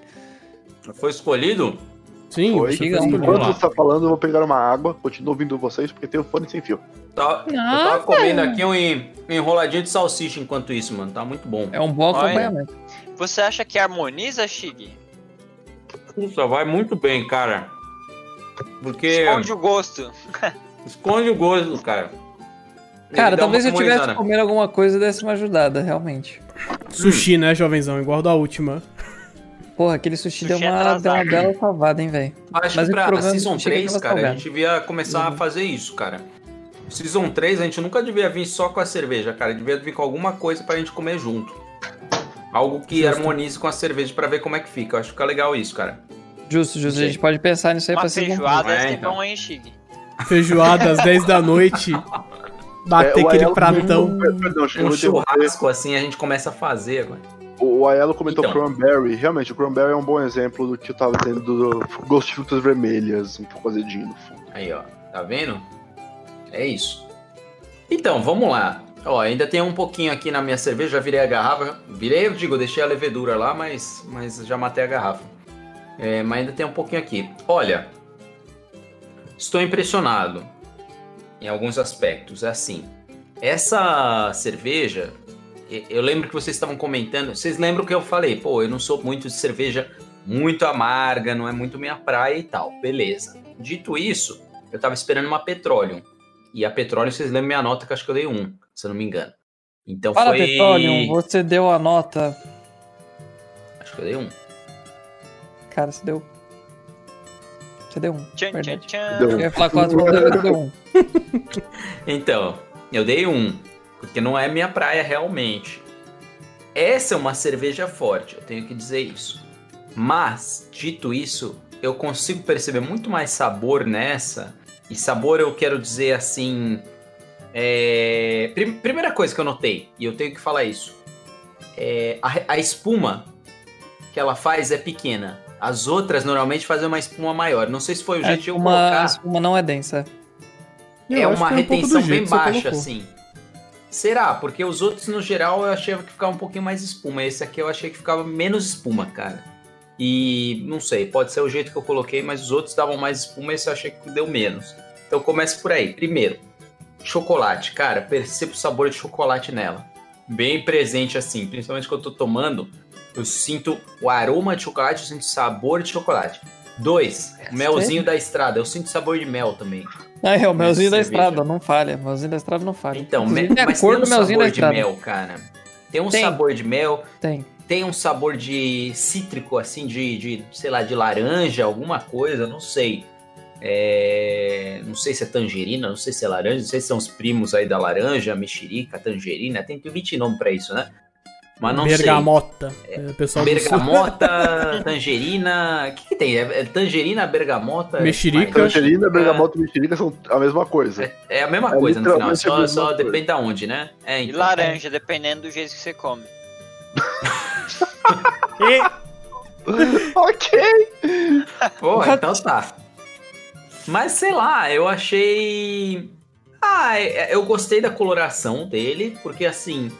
Foi escolhido? Sim, Foi. você fez Diga um. por mim. Vamos Enquanto lá. você tá falando, eu vou pegar uma água. Continuo ouvindo vocês, porque tem o fone sem fio. Tá, eu tava comendo aqui um en- enroladinho de salsicha enquanto isso, mano. Tá muito bom. É um bom Olha. acompanhamento. Você acha que harmoniza, Shig? Puxa, vai muito bem, cara. Porque esconde, Esconde o gosto. o gosto, cara. Ele Cara, dá uma né? talvez se eu tivesse harmonizada. comendo alguma coisa desse uma ajudada, realmente. Sushi, né, jovenzão? Igual da última. Porra, aquele sushi, Sushi deu, uma, atrasado. deu uma bela salvada, hein, velho. Acho Mas que o pra programa Season chega 3, de cara, a salgado. gente devia começar a fazer isso, cara. Season 3, a gente nunca devia vir só com a cerveja, cara. Devia vir com alguma coisa pra gente comer junto. Algo que Justo. harmonize com a cerveja pra ver como é que fica. Eu acho que fica legal isso, cara. Justo, justo. A Sim. gente pode pensar nisso aí pra Uma ser bom. feijoada É, é, então. bom, hein, Shig? Feijoada às 10 da noite. É, Bater o aquele Aiello- pratão. Per- Perdão, chegou Um a interromper. churrasco assim a gente começa a fazer agora. O Aiello comentou Então. Cranberry. Realmente, o Cranberry é um bom exemplo do que eu tava tendo do gosto de frutas vermelhas, um pouco azedinho no fundo. Aí, ó. Tá vendo? É isso. Então, vamos lá. Ó, ainda tem um pouquinho aqui na minha cerveja, já virei a garrafa. Virei, eu digo, eu deixei a levedura lá, mas, mas já matei a garrafa. É, mas ainda tem um pouquinho aqui. Olha, estou impressionado em alguns aspectos. É assim, essa cerveja, e- eu lembro que vocês estavam comentando. Vocês lembram que eu falei, pô, eu não sou muito de cerveja muito amarga, não é muito minha praia e tal. Beleza. Dito isso, eu tava esperando uma Petroleum. E a Petroleum, vocês lembram minha nota que eu acho que eu dei um, se eu não me engano. Então Para foi. Petroleum, você deu a nota. Acho que eu dei um. Cara, você deu. Você deu um. Tchan, tchan, Verdade. tchan. Deu. Eu ia falar quatro, mas você deu um. Então, eu dei um, porque não é minha praia realmente. Essa é uma cerveja forte, eu tenho que dizer isso. Mas, dito isso, eu consigo perceber muito mais sabor nessa. E sabor eu quero dizer assim. é, prim- primeira coisa que eu notei, e eu tenho que falar isso: é, a, re- a espuma que ela faz é pequena. As outras normalmente fazem uma espuma maior. Não sei se foi o jeito de eu É Uma, colocar espuma não é densa. Eu é acho uma que um pouco retenção do bem jeito que você baixa, colocou. assim. Será? Porque os outros, no geral, eu achei que ficava um pouquinho mais espuma. Esse aqui eu achei que ficava menos espuma, cara. E não sei, pode ser o jeito que eu coloquei, mas os outros davam mais espuma, esse eu achei que deu menos. Então comece por aí. Primeiro, chocolate. Cara, percebo o sabor de chocolate nela. Bem presente assim, principalmente quando eu tô tomando, eu sinto o aroma de chocolate, eu sinto o sabor de chocolate. Dois, o melzinho da estrada. Eu sinto sabor de mel também. Ah, é o melzinho da cerveja. estrada, não falha. O melzinho da estrada não falha. Então, me- Inclusive, tem a mas cor tem um do melzinho da sabor de estrada. mel, cara. Tem um Tem. sabor de mel, Tem. tem um sabor de cítrico, assim, de, de, sei lá, de laranja, alguma coisa, não sei. É, Não sei se é tangerina, não sei se é laranja, não sei se são os primos aí da laranja, mexerica, tangerina, tem 20 nome pra isso, né? Mas não Bergamota. É, o sei. pessoal do sul. Bergamota, tangerina. O que, que tem? É, é tangerina, bergamota. Mexerica. Tangerina, bergamota e mexerica são a mesma coisa. É a mesma É coisa no final, literalmente a só, mesma só coisa. depende da onde, né? É, E então. laranja, dependendo do jeito que você come. ok! Pô, então tá. Mas sei lá, eu achei. Ah, é- é- eu gostei da coloração dele, porque assim,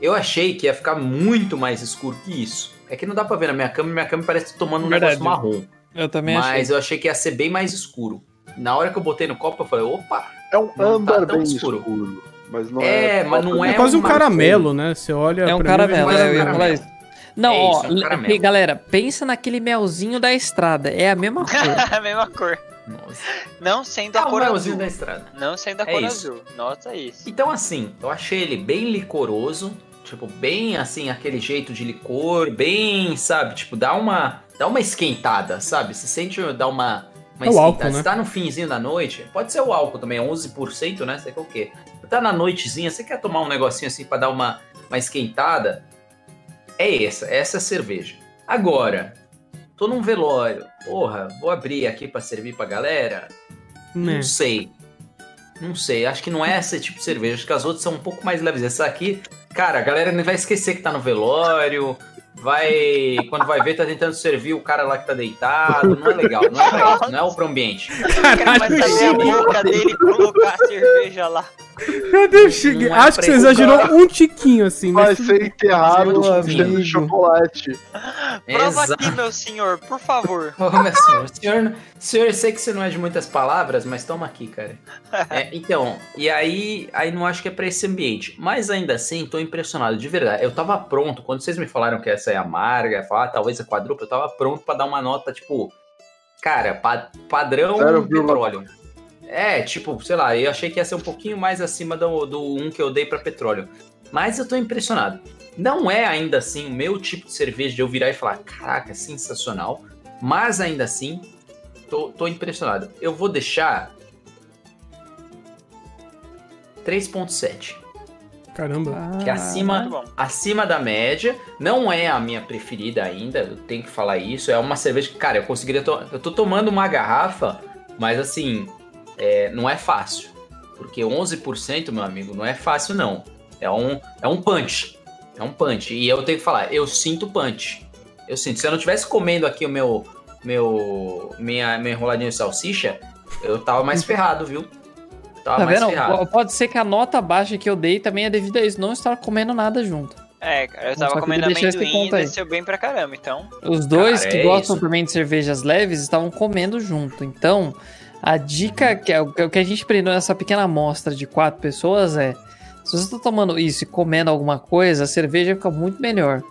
eu achei que ia ficar muito mais escuro que isso. É que não dá pra ver na minha câmera, minha câmera parece que tô tomando um Verdade. negócio marrom. Eu também Mas achei. eu achei que ia ser bem mais escuro. Na hora que eu botei no copo, eu falei, opa! É um tá âmbar tão bem escuro. escuro. Mas não É, é. mas não É, é quase um uma caramelo, né? Você olha. É um pra mim, eu vejo caramelo, mais é, um eu ia falar caramelo. isso. Não, É ó, isso, é um le- caramelo. e, galera, pensa naquele melzinho da estrada. É a mesma coisa. a mesma cor. Nossa. Não sendo a Ah, o Tá cor melzinho azul. da estrada. Não sendo a É cor isso. azul. Nota isso. Então, assim, eu achei ele bem licoroso, tipo, bem assim, aquele jeito de licor, bem, sabe, tipo, dá uma. Dá uma esquentada, sabe? Você sente dar uma. uma É o esquentada. álcool, né? Você tá no finzinho da noite, pode ser o álcool também, é 11%, né? Sei que é o quê. Você tá na noitezinha, você quer tomar um negocinho assim pra dar uma, uma esquentada? É essa, essa é a cerveja. Agora, tô num velório. Porra, vou abrir aqui pra servir pra galera. Né. Não sei. Não sei. Acho que não é esse tipo de cerveja. Acho que as outras são um pouco mais leves. Essa aqui, cara, a galera nem vai esquecer que tá no velório. Vai. Quando vai ver, tá tentando servir o cara lá que tá deitado. Não é legal. Não é, pra isso, não é o pro ambiente. Cara, mas abrir a boca dele e colocar a cerveja lá. Meu Deus, cheguei. Não é Acho que pra você isso, exagerou um tiquinho assim, Vai é mas. ser enterrado Meu cheio amigo. de chocolate. Prova Exato. aqui, meu senhor, por favor. Ô, meu senhor, senhor, senhor, eu sei que você não é de muitas palavras, mas toma aqui, cara. É, então, e aí, aí não acho que é pra esse ambiente. Mas ainda assim, tô impressionado, de verdade. Eu tava pronto, quando vocês me falaram que essa é amarga, falar, ah, talvez é quadrupla, eu tava pronto pra dar uma nota, tipo, cara, pa- padrão Zero vírgula- petróleo. É, tipo, sei lá, eu achei que ia ser um pouquinho mais acima do, do um que eu dei pra petróleo. Mas eu tô impressionado. Não é ainda assim o meu tipo de cerveja de eu virar e falar, caraca, sensacional. Mas ainda assim, tô, tô impressionado. Eu vou deixar 3.7, Caramba. que é acima, Muito bom. acima da média. Não é a minha preferida ainda, eu tenho que falar isso. É uma cerveja que, cara, eu conseguiria. to- eu tô tomando uma garrafa, mas assim, é, não é fácil. Porque 11%, meu amigo, não é fácil, não. É um, é um punch. É um punch. E eu tenho que falar, eu sinto punch. Eu sinto. Se eu não tivesse comendo aqui o meu. meu minha, minha enroladinha de salsicha, eu tava mais ferrado, viu? Tava Tá mais vendo? ferrado. P- Pode ser que a nota baixa que eu dei também é devido a isso. Não estar comendo nada junto. É, cara, eu Só tava queria comendo deixar esse amendoim e ponto aí. desceu bem pra caramba, então. Os dois Cara, que é gostam isso. também de cervejas leves estavam comendo junto. Então, a dica que, é- que a gente aprendeu nessa pequena amostra de quatro pessoas é Se você tá tomando isso e comendo alguma coisa, a cerveja fica muito melhor.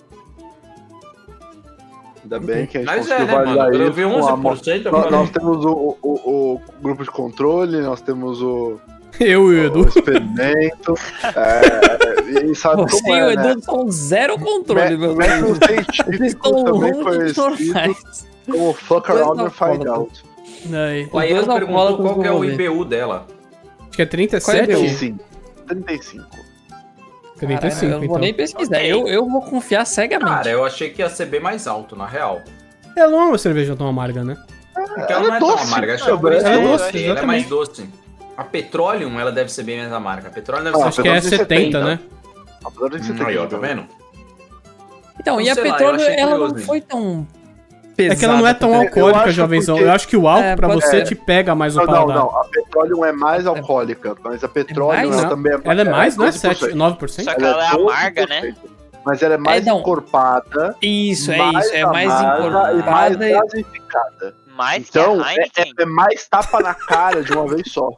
Ainda bem que a gente Mas é, conseguiu né, validar mano? Eu isso vi com a amostra. 11%, eu Nós, falei, nós é. temos o, o- o grupo de controle, nós temos o, Eu e o o Edu. experimento. é, e sabe Você como e o é, né? Edu são zero controle, meu Método amigo. Vocês científico estão também longe de conhecido normais. como Fuck Coisa Around and foda, Find pô. Out. Aí. O Os dois Ayano na bola perguntou com qual que é o Google, né? IBU dela. Acho que é Qual é 37? 35. 35. Caralho, 35, eu não vou então. nem pesquisar. Eu, eu vou confiar cegamente. Cara, eu achei que ia ser bem mais alto, na real. Ela não é uma cerveja tão amarga, né? Porque ela, não é doce, tão amarga. Acho cara, que por isso ela é que eu doce, achei, ela é mais doce. A Petroleum, ela deve ser bem mais amarga. A Petroleum deve Ah, ser... Acho que é pelo menos 70, 70, né? Apesar de você Hum, aí, ó, tá ter vendo? Então, e a sei lá, eu petróleo, achei ela curioso, não hein? foi tão pesada. É que ela não é tão Eu alcoólica, acho jovenzão. porque- Eu acho que o álcool É, pra pode você ser. te pega mais o Não, não, paladar. não. A petróleo é mais alcoólica, mas a petróleo mais? né? ela Não. também é mais. Ela é mais, não é 7, 12%. 9%? Só que ela é amarga, né? 12%, Mas ela é mais então, encorpada. Isso, é isso. É mais amarga e mais encorpada. e- gasificada. Mais Então, que a é, Heineken. é mais tapa na cara de uma vez só.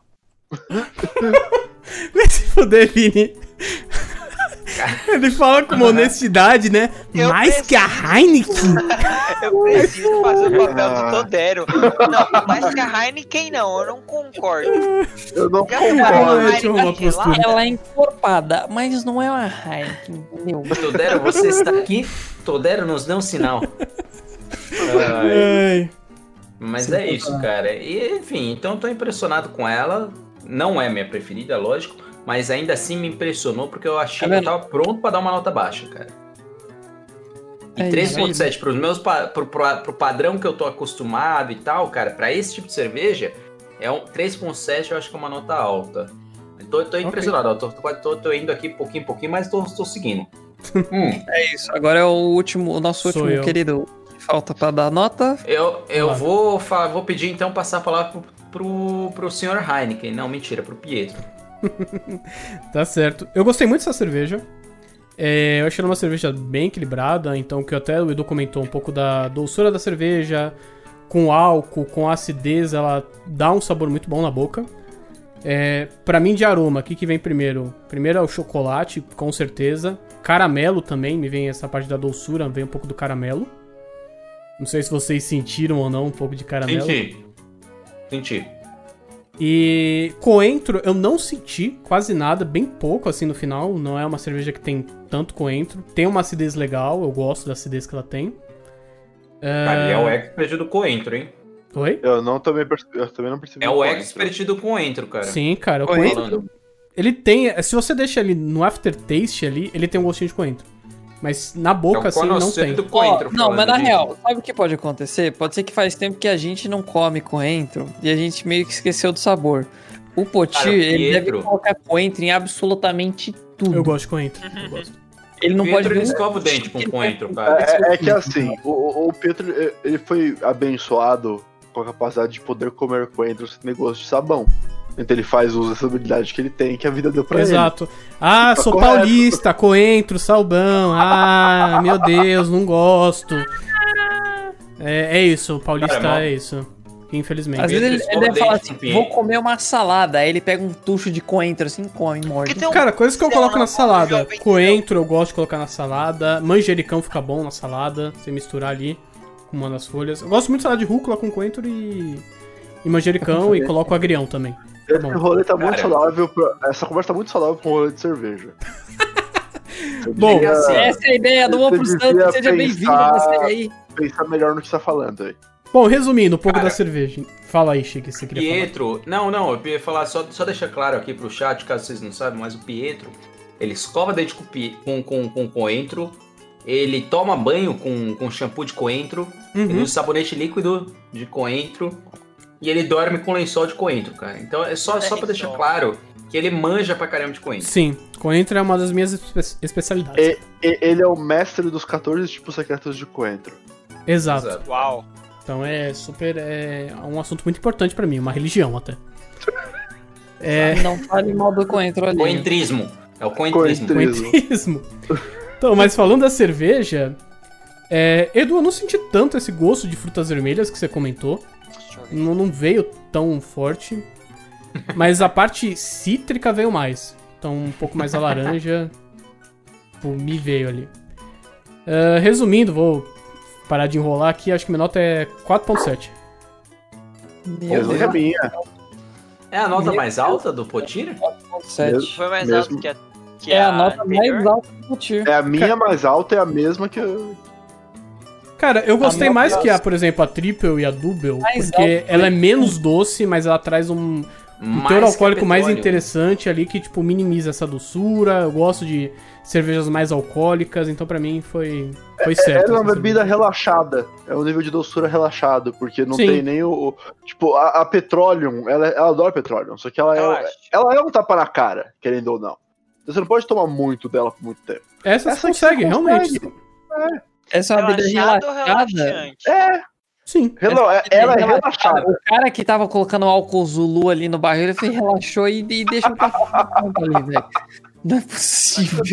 Vai se fuder, Vini. Ele fala com uma honestidade, né? Eu Mais que a Heineken. é, Eu preciso fazer o papel Ah. do Todero. Não, mais que a Heineken não, eu não concordo. Eu não Já tomaram Olha, uma deixa eu arrumar a Heineken é postura. gelada? Ela é encorpada, mas não é uma Heineken, entendeu? Todero, você está aqui? Todero nos deu um sinal. Ai, Ai. Mas é isso, cara. E, enfim, então eu tô impressionado com ela. Não é minha preferida, lógico. Mas ainda assim me impressionou porque eu achei Tá que eu vendo? tava pronto pra dar uma nota baixa, cara. E É isso, 3.7 pros meus pa- pro, pro, pro padrão que eu tô acostumado e tal, cara, pra esse tipo de cerveja, é um 3.7 eu acho que é uma nota alta. Eu Tô, tô impressionado, ó, tô, tô, tô- tô indo aqui pouquinho, pouquinho, mas tô, tô seguindo. Hum, É isso. Agora é o último, o nosso Sou último eu. querido. que Falta pra dar nota. Eu, eu Vai. vou, fa- vou pedir então passar a palavra pro, pro, pro senhor Heineken. Não, mentira, pro Pietro. Tá certo. Eu gostei muito dessa cerveja. É, eu achei ela uma cerveja bem equilibrada, então que até o Edu comentou um pouco da doçura da cerveja, com álcool, com acidez, ela dá um sabor muito bom na boca. É, para mim de aroma, o que, que vem primeiro? Primeiro é o chocolate, com certeza. Caramelo também, me vem essa parte da doçura, vem um pouco do caramelo. Não sei se vocês sentiram ou não um pouco de caramelo. Senti. Senti. E coentro eu não senti quase nada, bem pouco assim no final. Não é uma cerveja que tem tanto coentro. Tem uma acidez legal, eu gosto da acidez que ela tem. Cara, ele é o expert do coentro, hein? Oi? Eu não também percebi. Eu também não percebi. É o quanto. expert do coentro, cara. Sim, cara, o coentro. Falando. É Ele tem. Se você deixa ele no aftertaste ali, ele tem um gostinho de coentro. Mas na É o boca, assim, não conhecedor tem. do coentro. Ó, não, falando mas na disso. real, sabe o que pode acontecer? Pode ser que faz tempo que a gente não come coentro e a gente meio que esqueceu do sabor. O Poti, Cara, o ele deve Pietro- colocar coentro em absolutamente tudo. Eu gosto de coentro. Uhum. Eu gosto. Ele não pode Pietro ele ver escova o dente com coentro, cara. É, é que assim, o- o, o Pietro eh, ele foi abençoado com a capacidade de poder comer coentro sem negócio de sabão. Então ele faz uso dessa habilidade que ele tem, que a vida deu pra Exato. Ah, Tá sou correto. paulista, coentro, salbão. Ah, meu Deus, não gosto. É, é isso, paulista Cara, é mal- é isso. Infelizmente. Às Pietro vezes ele, escova ele o deve falar dente assim, com Pietro. vou comer uma salada. Aí ele pega um tucho de coentro assim, come, morde. Que tem um- Cara, coisas que eu Não, coloco não, na não, salada. jovem, Coentro eu gosto de colocar na salada. Manjericão fica bom na salada. Você misturar ali com uma das folhas. Eu gosto muito de salada de rúcula com coentro e, e manjericão. E coloco agrião também. ele. bom. Esse rolê tá muito Cara. saudável pra, Essa conversa tá muito saudável pra um rolê de cerveja. Você Bom, devia assim, Essa é a ideia do Ovo Você Santo, devia seja bem-vindo pensar- você aí. pensar melhor no que você tá falando aí. Bom, resumindo um pouco Cara. da cerveja. Fala aí, Chique, se você queria falar. Pietro, não, não, eu ia falar, só, só deixar claro aqui pro chat, caso vocês não saibam, mas o Pietro, ele escova dente com, pi- com, com, com coentro, ele toma banho com, com shampoo de coentro, Ele Uhum. usa sabonete líquido de coentro e ele dorme com lençol de coentro, cara. Então é só, só pra deixar claro que ele manja pra caramba de coentro. Sim, coentro é uma das minhas espe- especialidades. E- ele é o mestre dos 14 tipos secretos de coentro. Exato. Exato. Uau. Então é super. É um assunto muito importante pra mim, uma religião até. É. Não fale mal do coentro ali. Coentrismo. É o coentrismo. Coentrismo. Beleza. coentrismo. Então, mas falando da cerveja, é, Edu, eu não senti tanto esse gosto de frutas vermelhas que você comentou. Não, não veio tão forte. Mas a parte cítrica veio mais. estão um pouco mais a laranja. Pô, me veio ali. Ah, resumindo, vou parar de enrolar aqui. Acho que minha nota é 4.7. Mesmo que a minha. É a nota mais alta do Potira? então, Mesmo- Foi mais Mesmo. alto que a. Que É a nota mais anterior? alta do tiro. É a minha mais alta, é a mesma que eu. Cara, eu gostei nota mais é que a, por exemplo, a triple e a double, Mais porque alta, ela é né? menos doce, mas ela traz um, um Mais teor alcoólico mais Capitólio. interessante ali que, tipo, minimiza essa doçura. Eu gosto de cervejas mais alcoólicas, então pra mim foi, foi certo. Era É, uma essa bebida relaxada. É um nível de doçura relaxado, porque não Sim. tem nem o. o- tipo, a, a Petroleum, ela, ela adora Petroleum, só que ela Eu é, acho. ela é um tapa na cara, querendo ou não. Então você não pode tomar muito dela por muito tempo. cerveja. Essa, Essa você aqui consegue, você realmente. Essa é uma bebida Relaxado ou relaxada. relaxante? É, Sim. rela- é- ela é relaxada. O cara que tava colocando álcool Zulu ali no barril, ele fez- relaxou e, e deixou pra conta ali, velho. Não é possível.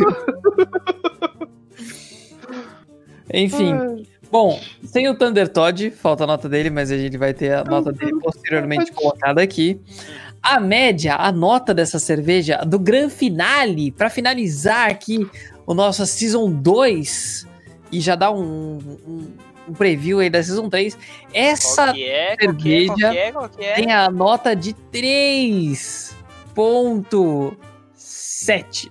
Enfim. Bom, tem o Thunder Todd, falta a nota dele, mas a gente vai ter a nota dele posteriormente colocada aqui. A média, a nota dessa cerveja do Gran Finale, pra finalizar aqui o nosso Season 2 e já dar um, um- um preview aí da Season 3, Qual essa que é? Qual que é? Qual que é? Qual que é? tem a nota de 3.7.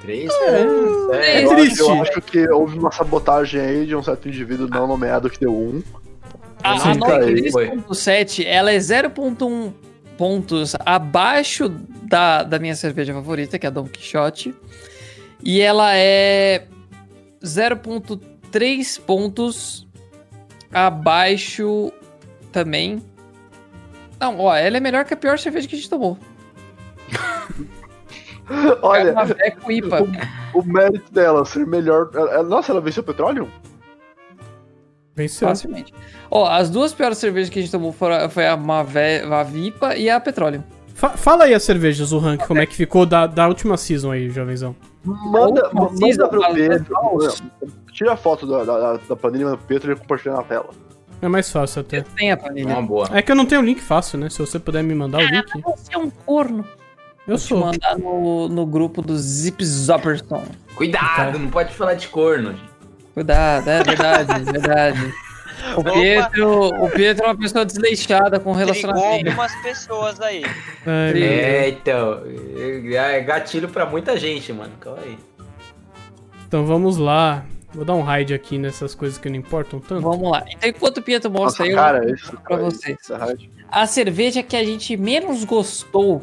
Três? É Eu acho- triste. Eu acho que houve uma sabotagem aí de um certo indivíduo não nomeado que deu um. A, Sim, a nota tá aí, 3.7, ela é 0.1 pontos abaixo da, da minha cerveja favorita, que é a Don Quixote. E ela é 0.3 pontos abaixo também. Não, ó, ela é melhor que a pior cerveja que a gente tomou. Olha, Uma Beck com IPA. o mérito dela ser melhor. é- é- Nossa, ela venceu o petróleo? um Venceu. Facilmente. Ó, as duas piores cervejas que a gente tomou foram, foi a Mave, Mavipa e a Petróleo. Fa- fala aí as cervejas, o rank, como é que ficou da, da última season aí, jovenzão. Manda, Ou- manda pra eu ver. Ou- Tira a foto da, da, da planilha do Pedro e compartilha na tela. É mais fácil até. Tem a planilha. Uma boa. É que eu não tenho link fácil, né? Se você puder me mandar o link. Você é um corno. Eu Te sou. mandar no, no grupo do Zip Zopperson. Então. Cuidado, não pode falar de corno. gente. Cuidado, é verdade, verdade. O Opa. Pietro, o Pietro é uma pessoa desleixada com Trigou relacionamento. algumas pessoas aí. É, Sim. É, então. É gatilho pra muita gente, mano. Calma aí. Tá então vamos lá. Vou dar um raid aqui nessas coisas que não importam tanto. Vamos lá. Então, enquanto o Pietro mostra Nossa, aí, eu cara, vou isso falar pra é- vocês. Essa rádio. A cerveja que a gente menos gostou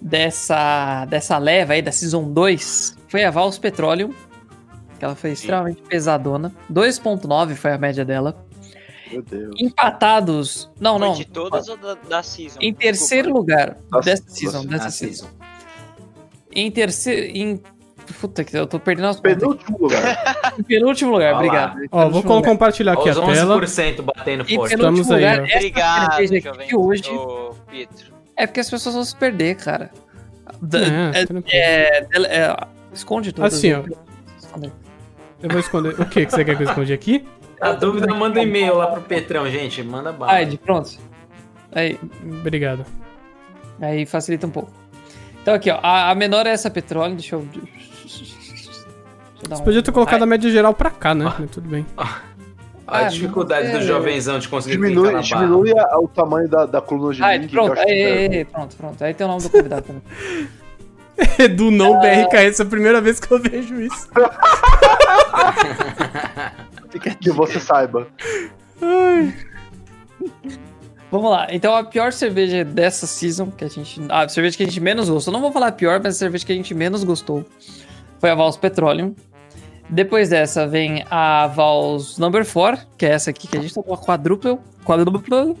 dessa, dessa leva aí, da Season 2, foi a Vals Petroleum. Que ela foi extremamente pesadona. 2.9 foi a média dela. Meu Deus. Empatados. Não, Foi não. de todas ou da, da season? Em terceiro lugar, Nossa, dessa season, nossa, dessa Ah, season. season. Em terceiro. Em... Puta que eu tô perdendo as contas. Penúltimo lugar. Em penúltimo Olha lugar, lá. obrigado. Em Ó, vou penúltimo com- lugar. compartilhar aqui Olha a os tela. 11% batendo Em forte. penúltimo Estamos aí, né? lugar, ó. essa Obrigado, cerveja aqui jovem. que hoje Ô, Pietro. é porque as pessoas vão se perder, cara. Da- é- É, tranquilo. É, dele- é, esconde tudo. Assim, ó. Esconde. Eu vou esconder. O que que você quer que eu esconde aqui? A dúvida, manda um e-mail lá pro Petrão, gente. Manda bala. Hide, pronto. Aí, Obrigado. aí facilita um pouco. Então aqui, ó. A, a menor é essa petróleo. Deixa eu. Deixa eu dar Você um- podia ter colocado a média geral pra cá, né? Mas tudo bem. a Ah, dificuldade não do sei. jovenzão de conseguir clicar Diminui, na barra. diminui a- o tamanho da, da coluna de Ai, link. que eu pronto, acho que aí, é- aí, aí, pronto, pronto. Aí tem o nome do convidado também. Edu não BRKS, é a primeira vez que eu vejo isso. é. que você saiba. Vamos lá. Então a pior cerveja dessa season, que a gente. A cerveja que a gente menos gostou. Não vou falar a pior, mas a cerveja que a gente menos gostou foi a Vals Petroleum. Depois dessa vem a Vals Number 4, que é essa aqui que a gente tomou a quadruple. Quadruple.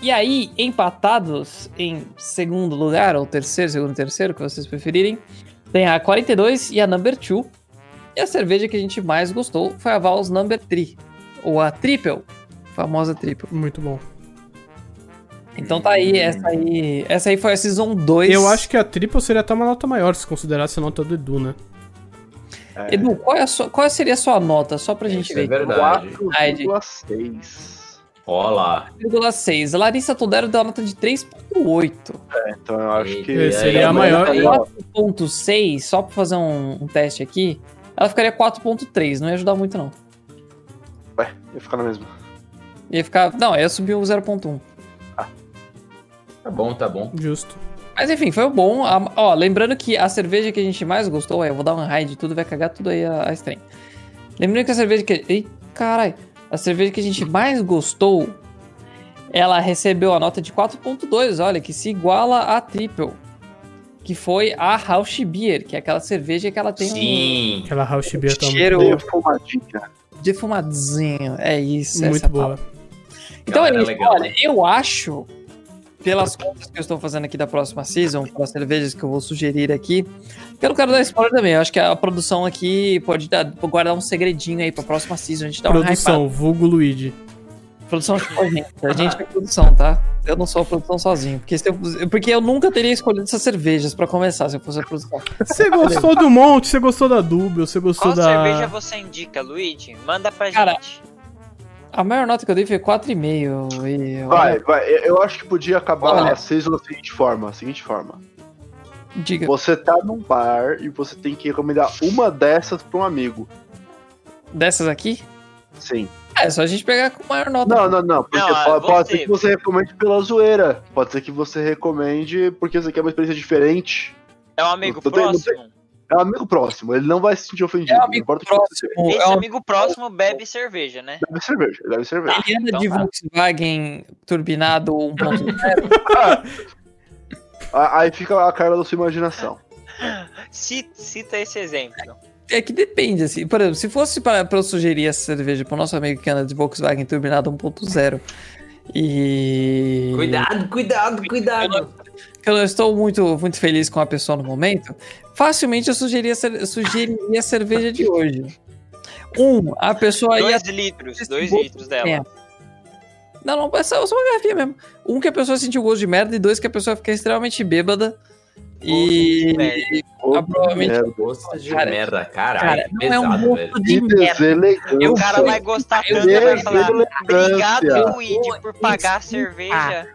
E aí, empatados em segundo lugar, ou terceiro, segundo, terceiro, que vocês preferirem, tem a 42 e a Number 2. E a cerveja que a gente mais gostou foi a Vals Number 3, ou a Triple, famosa Triple. Muito bom. Então tá aí, essa aí. Essa aí foi a Season 2. Hum. Eu acho que a triple seria até uma nota maior se considerasse a nota do Edu, né? Edu, qual, é a sua- qual seria a sua nota? Só pra gente Isso é ver. verdade. 4,6. Olá. 3,6. A Larissa Todero deu uma nota de 3,8. Então eu acho que. Eita, Seria a Também É maior- né? tá legal. 4,6, só pra fazer um, um teste aqui, ela ficaria 4,3. Não ia ajudar muito, não. Ué, ia ficar na mesma. Ia ficar. Não, ia subir o 0,1. Tá bom, tá bom. Justo. Mas enfim, foi bom. A- ó, lembrando que a cerveja que a gente mais gostou, eu vou dar um raid de tudo, vai cagar tudo aí a, a stream. Lembrando que a cerveja que. Ih, caralho. A cerveja que a gente mais gostou, ela recebeu a nota de 4.2, olha, que se iguala a triple. Que foi a Rausch Beer, que é aquela cerveja que ela tem um Sim. Aquela house beer tá muito Cheiro. boa. Perfumadinha. um defumadinho. É isso, essa Muito é a palavra. boa. Então Cara, é isso. legal. Olha, eu acho, pelas contas que eu estou fazendo aqui da próxima season, pelas cervejas que eu vou sugerir aqui, que eu não quero dar spoiler também. Eu acho que a produção aqui pode dar, pode guardar um segredinho aí pra próxima season. A gente Tá um dá uma hypada. Produção, vulgo Luigi. Produção tipo, a gente. A gente é produção, tá? Eu não sou a produção sozinho. Porque, se eu, porque eu nunca teria escolhido essas cervejas pra começar se eu fosse a produção. Você gostou do monte, você gostou da Double, você gostou Qual cerveja da. você indica, Luigi? Manda pra Cara, gente. A maior nota que eu dei foi 4,5. E Vai, vai. Eu- Eu acho que podia acabar Olha. a season da seguinte forma. Seguinte forma. diga. Você tá num bar e você tem que recomendar uma dessas pra um amigo. Dessas aqui? Sim. É, é só a gente pegar com a maior nota. Não, não, não. Porque Não, ah, pode, pode você. ser que você recomende pela zoeira. Pode ser que você recomende porque você quer uma experiência diferente. É um amigo Não tem- não tem- próximo. É um amigo próximo, ele não vai se sentir ofendido. É um não amigo importa o que próximo. você é Esse um- amigo próximo bebe cerveja, né? Deve cerveja, deve cerveja. Ele anda Então de tá. Volkswagen turbinado 1.0. Ah, Aí fica a cara da sua imaginação. Ci- Cita esse exemplo. é que depende, assim. Por exemplo, se fosse para pra eu sugerir essa cerveja pro nosso amigo que anda de Volkswagen turbinado 1.0 e. Cuidado, cuidado, cuidado. Que eu não estou muito, muito feliz com a pessoa no momento, facilmente eu sugeriria, cer- sugeriria a cerveja de hoje. Um, a pessoa ia Dois litros, esse dois bolo- litros dela. É. Não, não, é só, só uma garrafinha mesmo. Um, que a pessoa sentiu gosto de merda, e dois, que a pessoa fica extremamente bêbada. de E, merda. e ah, provavelmente É, Gosto de Cara, merda, caralho. cara, que não é um pesado, velho. gosto que de merda. deselegância. O cara vai gostar Eu tanto, vai falar. Obrigado, Deselegância. Luigi, por pagar a cerveja.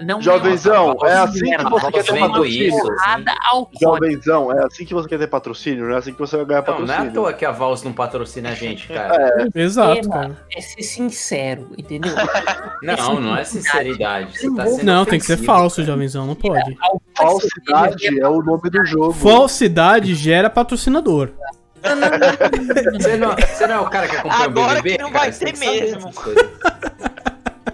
Não Jovenzão, não, é não, assim que não, você não, quer ter vendo isso. patrocínio. Porrada alcoólica. Jovenzão, é assim que você quer ter patrocínio, não é assim que você vai ganhar Não, não é à patrocínio. toa que a Vals não patrocina a gente, É. cara. Exato, cara. É ser sincero, entendeu? Não, não é sinceridade. Você tá sendo Não, É, tem que ser ofensivo. falso, jovenzão, não pode. Falsidade é o nome do jogo. Falsidade gera patrocinador. né? Você não, você não é o cara que acompanha o Agora BBB? que não cara? vai Você ter tem que saber mesmo. essas coisas.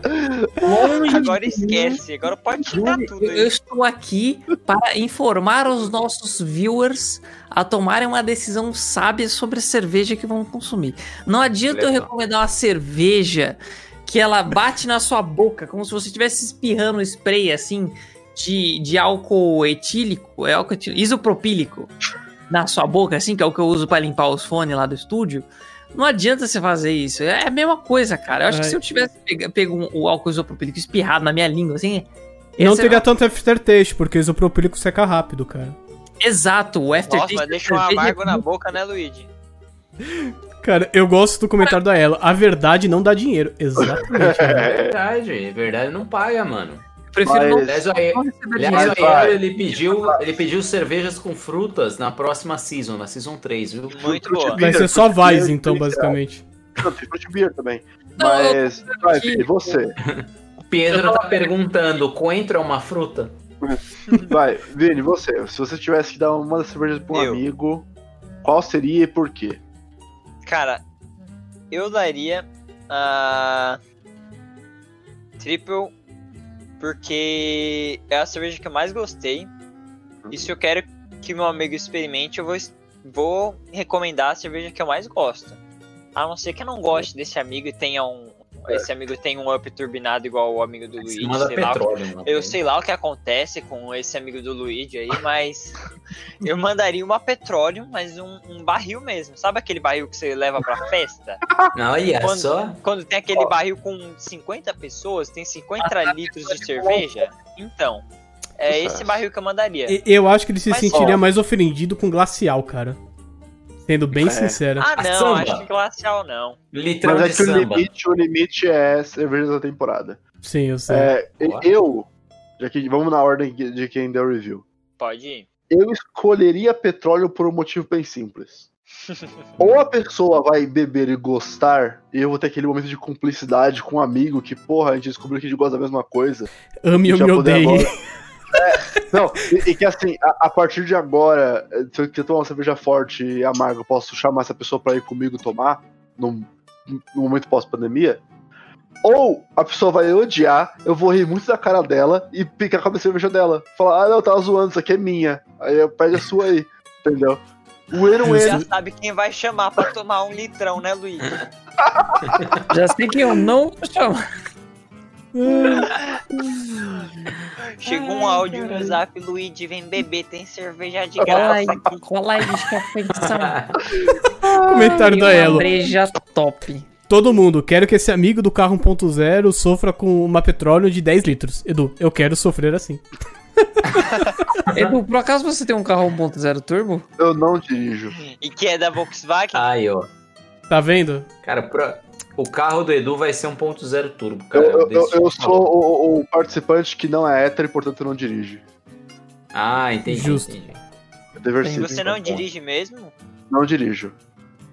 Ah, Agora esquece, agora pode tirar Júlio, Tá tudo eu, eu aí. estou aqui para informar os nossos viewers a tomarem uma decisão sábia sobre a cerveja que vão consumir. Não adianta eu Legal. recomendar uma cerveja que ela bate na sua boca, como se você estivesse espirrando um spray assim de, de álcool etílico, é álcool etílico, isopropílico na sua boca, assim, que é o que eu uso para limpar os fones lá do estúdio. Não adianta você fazer isso. É a mesma coisa, cara. Eu acho que Ai. se eu tivesse pega- pego um- o álcool isopropílico espirrado na minha língua, assim, Não essa- teria tanto aftertaste, porque o isopropílico seca rápido, cara. Exato, o aftertaste. Nossa, da deixa um cerveja amargo é na muito- boca, né, Luigi? Cara, eu gosto do comentário da Ela. A verdade não dá dinheiro. Exatamente. cara. É verdade, é verdade, não paga, mano. Eu prefiro É. não- Aliás, o Ae- não receber aliás, dinheiro. o Aero, ele pediu, ele pediu cervejas com frutas na próxima season, na season 3, viu? Muito boa. Vai ser só Vice, então, basicamente. Não, tem fruit beer também. Não, eu- Mas, vai, Fih, você. Pedro tá perguntando, coentro é uma fruta? Vai, Vini, você. Se você tivesse que dar uma das cervejas pra um Eu. amigo, qual seria e por quê? Cara, eu daria a Triple porque é a cerveja que eu mais gostei. E se eu quero que meu amigo experimente, eu vou, es- vou recomendar a cerveja que eu mais gosto. A não ser que eu não goste desse amigo e tenha um. É. Esse amigo tem um up turbinado igual o amigo do Você Luigi. manda sei lá o que petróleo. mano. eu sei lá o que acontece com esse amigo do Luigi aí, mas eu mandaria uma petróleo, mas um, um barril mesmo. Sabe aquele barril que você leva pra festa? Não, olha Quando- só. Quando tem aquele barril com 50 pessoas, tem 50 Ah, litros tá. de cerveja? Então, é esse barril que eu mandaria. E- Eu acho que ele se É. Mas sentiria só. mais ofendido com glacial, cara. Sendo bem É. sincero. Ah, A não, samba. acho que glacial não. Litrão Mas é de que o samba. limite, o limite é cerveja da temporada. Sim, eu sei. É, e- Boa. eu, já que vamos na ordem que- de quem deu review. Pode ir. Eu escolheria petróleo por um motivo bem simples. Ou a pessoa vai beber e gostar, e eu vou ter aquele momento de cumplicidade com um amigo que, porra, a gente descobriu que a gente gosta da mesma coisa. Ame ou Já me odeie. poder agora. É, não, e, e que assim, a, a partir de agora, eh, se eu quiser tomar uma cerveja forte e amarga, eu posso chamar essa pessoa pra ir comigo tomar, num, num momento pós-pandemia. Ou a pessoa vai odiar, eu vou rir muito da cara dela e picar com a cerveja dela. Falar, ah, não, eu tava zoando, isso aqui é minha. Aí eu pego a sua aí, entendeu? O Eno Já Eno. sabe quem vai chamar pra tomar um litrão, né, Luiz? Já sei que eu não vou chamar. Chegou um Ai, áudio no caralho. zap, Luigi, vem beber, tem cerveja de Cola graça aí, aqui. cola aí, bicho, que é pensar. Ah, Comentário da Elo. breja top. Todo mundo, quero que esse amigo do carro 1.0 sofra com uma petróleo de 10 litros. Edu, eu quero sofrer assim. Edu, por acaso você tem um carro 1.0 turbo? Eu não dirijo. E que é da Volkswagen? Aí, ó. Tá vendo? Cara, pra- o carro do Edu vai ser 1.0 turbo, Eu, cara. eu- eu- Desse- eu sou o, o- o participante que não é hétero e, portanto, não dirige. Ah, entendi. Justo. entendi. É dever Sim. cívico. Você não dirige mesmo? Não dirijo.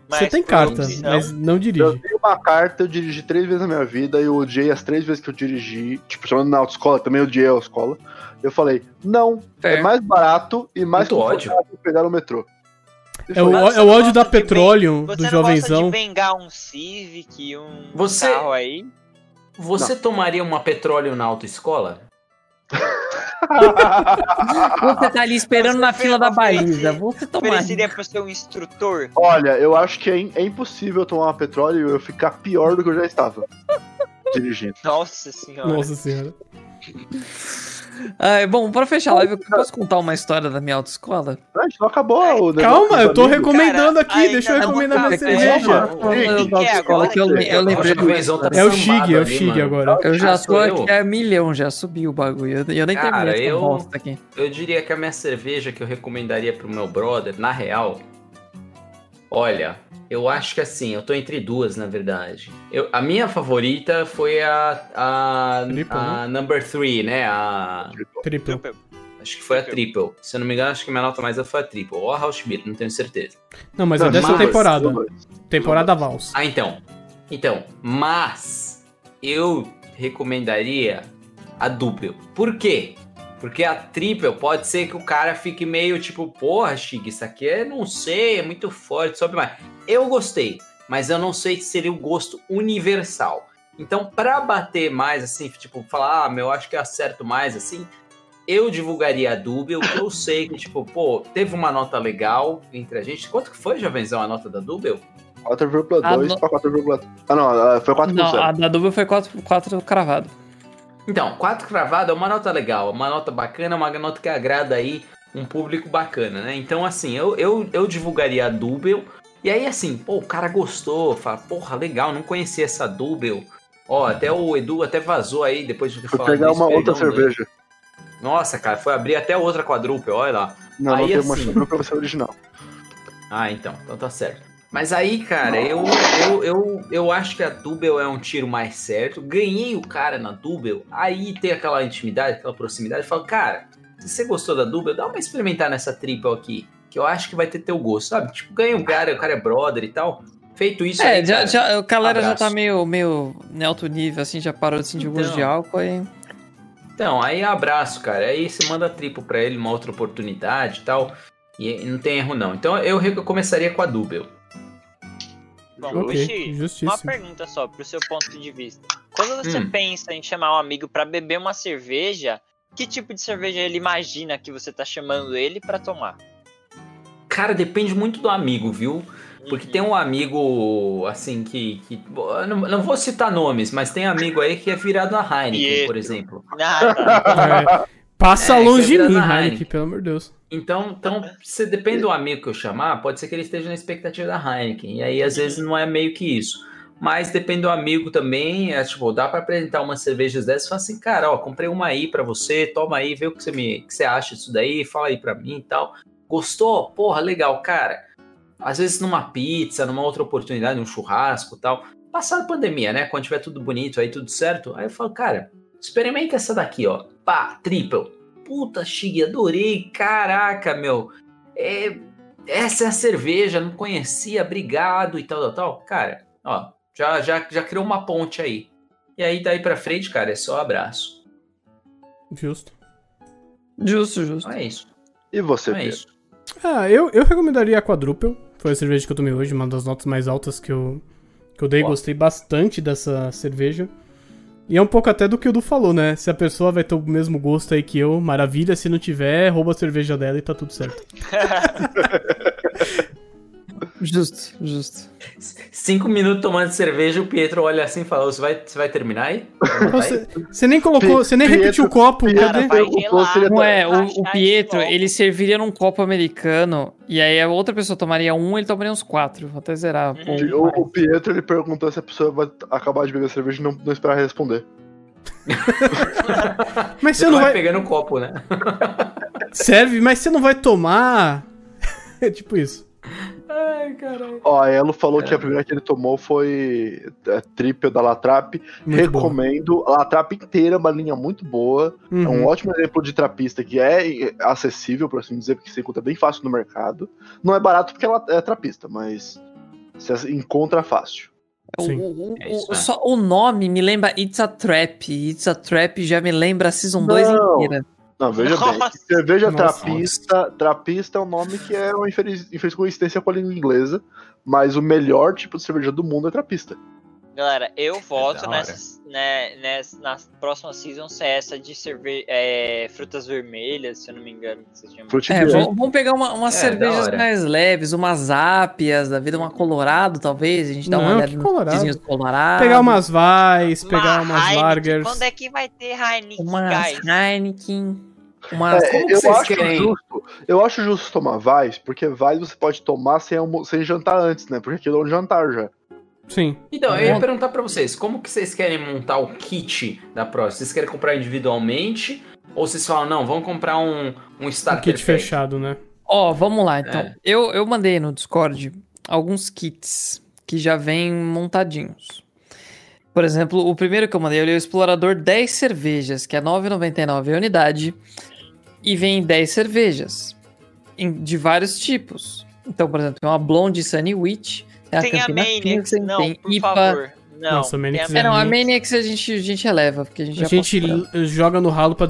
Você tem por carta, opção? mas não Eu dirige. tenho uma carta, eu dirigi três vezes na minha vida, eu odiei as três vezes que eu dirigi, tipo, chamando na autoescola, também odiei a autoescola. Eu falei, não, é Fair. mais barato e mais Muito ódio. confortável pegar o metrô. E É o, foi- Mas você é o não ódio da gosta de petróleo, Você do não jovenzão. gosta de vengar um Civic, um Você- carro aí? Você tomaria uma petróleo na autoescola? Ah, Você tá ali esperando na fila da baliza. Você tá tomar. Ofereceria pro seu instrutor? Olha, eu acho que é, im- é impossível eu tomar uma petróleo e eu ficar pior do que eu já estava. Dirigindo. Nossa senhora. Nossa senhora. Ah, bom, pra fechar a live, eu posso contar uma história da minha autoescola? Ah, A gente não acabou o negócio Calma, dos eu tô amigos. recomendando Cara, aqui, deixa eu ainda não recomendar tá minha acabou. cerveja. Calma. Falando Gente, da autoescola que eu, agora, eu lembrei O de uma jovenzão tá história. É o sambado Shig, é o ali, Shig mano. agora. Eu já Ah, sou sou eu? aqui a milhão, já subiu o bagulho. Eu, eu nem Cara, terminei essa eu- bosta aqui. Eu diria que a minha cerveja que eu recomendaria pro meu brother, na real. Olha, eu acho que assim, eu tô entre duas, na verdade. Eu- a minha favorita foi a. A, Triple, a number three, né? A, Triplo. acho que foi a triple. Se eu não me engano, acho que minha nota mais alta foi a triple. Ou a House Beer, não tenho certeza. Não, mas é Não, dessa mas- temporada. Não, Temporada Vals. Ah, então. Então, mas eu recomendaria a dupla. Por quê? Porque a triple pode ser que o cara fique meio tipo, porra, Chig, isso aqui é, não sei, é muito forte, sobe mais. Eu gostei, mas eu não sei se seria o gosto universal. Então, pra bater mais, assim, tipo, falar, ah, meu, acho que eu acerto mais, assim, eu divulgaria a Dubel, que eu sei que, tipo, pô, teve uma nota legal entre a gente. Quanto que foi, Jovenzão, a nota da Dubel? 4,2 Ah, não. pra 4,3. Ah, não, ah, foi 4,0. Não, a da dupla foi 4, 4 cravado. Então, quatro cravado é uma nota legal, uma nota bacana, uma nota que agrada aí um público bacana, né? Então, assim, eu, eu, eu divulgaria a Dubel. E aí, assim, pô, o cara gostou, fala, porra, legal, não conhecia essa Dubel. Ó, até o Edu até vazou aí depois de Fui falar pegar disso, uma outra perdão, Edu. cerveja. Nossa, cara, foi abrir até outra quadruple, olha lá. Não, Aí, não é tem uma assim- cerveja pra você original. Ah, então. Então tá certo. Mas aí, cara, eu, eu, eu, eu acho que a Dubel é um tiro mais certo. Ganhei o cara na Dubel, aí tem aquela intimidade, aquela proximidade. Eu falo, cara, se você gostou da Dubel, dá uma experimentar nessa triple aqui, que eu acho que vai ter teu gosto, sabe? Tipo, ganha um cara, o cara é brother e tal. Feito isso É, aí, já, cara, já, a galera já tá abraço. meio, meio em alto nível, assim, já parou de sentir o gosto Então. de álcool e. Então, aí abraço, cara. Aí você manda triplo pra ele, uma outra oportunidade e tal. E e não tem erro, não. Então eu re- eu começaria com a Dubel. Bom, Ok, Luigi, uma justíssimo. pergunta só, pro seu ponto de vista. Quando você Hum. pensa em chamar um amigo pra beber uma cerveja, que tipo de cerveja ele imagina que você tá chamando ele pra tomar? Cara, depende muito do amigo, viu? Porque tem um amigo, assim, que. que eu não, não vou citar nomes, mas tem amigo aí que é virado na Heineken, por Pietro. exemplo. Ah, tá. É, Passa É, longe de isso é mim, Brana Heineken. Heineken, pelo amor de Deus. Então, então se depende do amigo que eu chamar, pode ser que ele esteja na expectativa da Heineken. E aí, às vezes, não é meio que isso. Mas depende do amigo também. É, tipo, dá pra apresentar umas cervejas dessas e falar assim, cara, ó, comprei uma aí pra você, toma aí, vê o que você, me, que você acha disso daí, fala aí pra mim e tal. Gostou? Porra, legal, cara. às vezes numa pizza, numa outra oportunidade, num churrasco e tal. Passar a pandemia, né? Quando tiver tudo bonito aí, tudo certo. Aí eu falo, cara, experimenta essa daqui, ó. Pá, triple. Puta, chique, adorei. Caraca, meu. É, essa é a cerveja, não conhecia, obrigado e tal, tal, tal. Cara, ó, já, já, já criou uma ponte aí. E aí, daí pra frente, cara, é só abraço. Justo. Justo, justo. Então é isso. E você, Então é Pedro? isso. Ah, eu, eu recomendaria a Quadruple. Foi a cerveja que eu tomei hoje, uma das notas mais altas que eu, que eu dei. Boa. Gostei bastante dessa cerveja. E é um pouco até do que o Du falou, né? Se a pessoa vai ter o mesmo gosto aí que eu, maravilha. Se não tiver, rouba a cerveja dela e tá tudo certo. Justo, justo. Cinco minutos tomando cerveja, o Pietro olha assim e fala: "Ô, você vai, você vai terminar aí? Vai botar aí?" Você, você nem colocou, você nem Pietro- repetiu o copo, Pietro- cadê? vai o gelar. posto, ele Não tá- é, Ah, o, Achar o Pietro, esse copo. ele serviria num copo americano, e aí a outra pessoa tomaria um, ele tomaria uns quatro. Vou até zerar. um pô, é Uhum. O, o Pietro ele perguntou se a pessoa vai acabar de beber a cerveja e não, não esperar responder. Mas você Não não vai vai. pegando um copo, né? Serve, mas você não vai tomar. É tipo isso. Ai, caralho. Ó, a Elo É. falou que a primeira que ele tomou foi é, triple da Latrap. Muito bom. Recomendo. A Latrap inteira, é uma linha muito boa. É um Uhum. ótimo exemplo de trapista que é acessível, por assim dizer, porque você encontra bem fácil no mercado. Não é barato porque ela é trapista, mas você encontra fácil. O- Sim. o- o- É isso, o- é. Só o nome me lembra It's a Trap. It's a Trap já me lembra a Season 2 Não. inteira. Não, veja bem. Nossa. Cerveja Nossa. trapista. Trapista é um nome que é uma infeliz, infeliz coincidência com a língua inglesa, mas o melhor tipo de cerveja do mundo é trapista. Galera, eu voto É da hora. nessas, né, nessa, na próxima season ser essa de cerve é, frutas vermelhas, se eu não me engano. que vocês chamam. Fruit É, Beer. vamos, vamos pegar uma- umas É, da cervejas hora. mais leves, umas ápias da vida, uma Colorado, talvez. A gente dá uma Não, olhada que nos Colorado? vizinhos Colorado. Pegar umas Vais, pegar Uma umas Heineken, Largers. Quando é que vai ter Heineken, umas guys? Heineken. Umas... É, Como que eu, vocês acho querem? justo, eu acho justo tomar Vais, porque Vais você pode tomar sem, almo- sem jantar antes, né? Porque aquilo é um jantar já. Sim. Então, eu ia Bom. perguntar pra vocês, como que vocês querem montar o kit da próxima? Vocês querem comprar individualmente? Ou vocês falam, não, vamos comprar um, um Um é starter kit pack"? fechado, né? Ó, vamos lá, então. É. Eu, eu mandei no Discord alguns kits que já vêm montadinhos. Por exemplo, o primeiro que eu mandei, ele é o Explorador 10 cervejas, que é R$ 9,99 a unidade, e vem 10 cervejas, em- de vários tipos. Então, por exemplo, tem uma Blonde Sunny Witch, tem a Tem a Campina Manix, Pilsen, não, tem por IPA. favor. Não, Nossa, a Manix tem é É, não, a Manix. Maniacs a gente, a gente eleva, porque a gente A já gente passou por ela. l- joga no ralo pra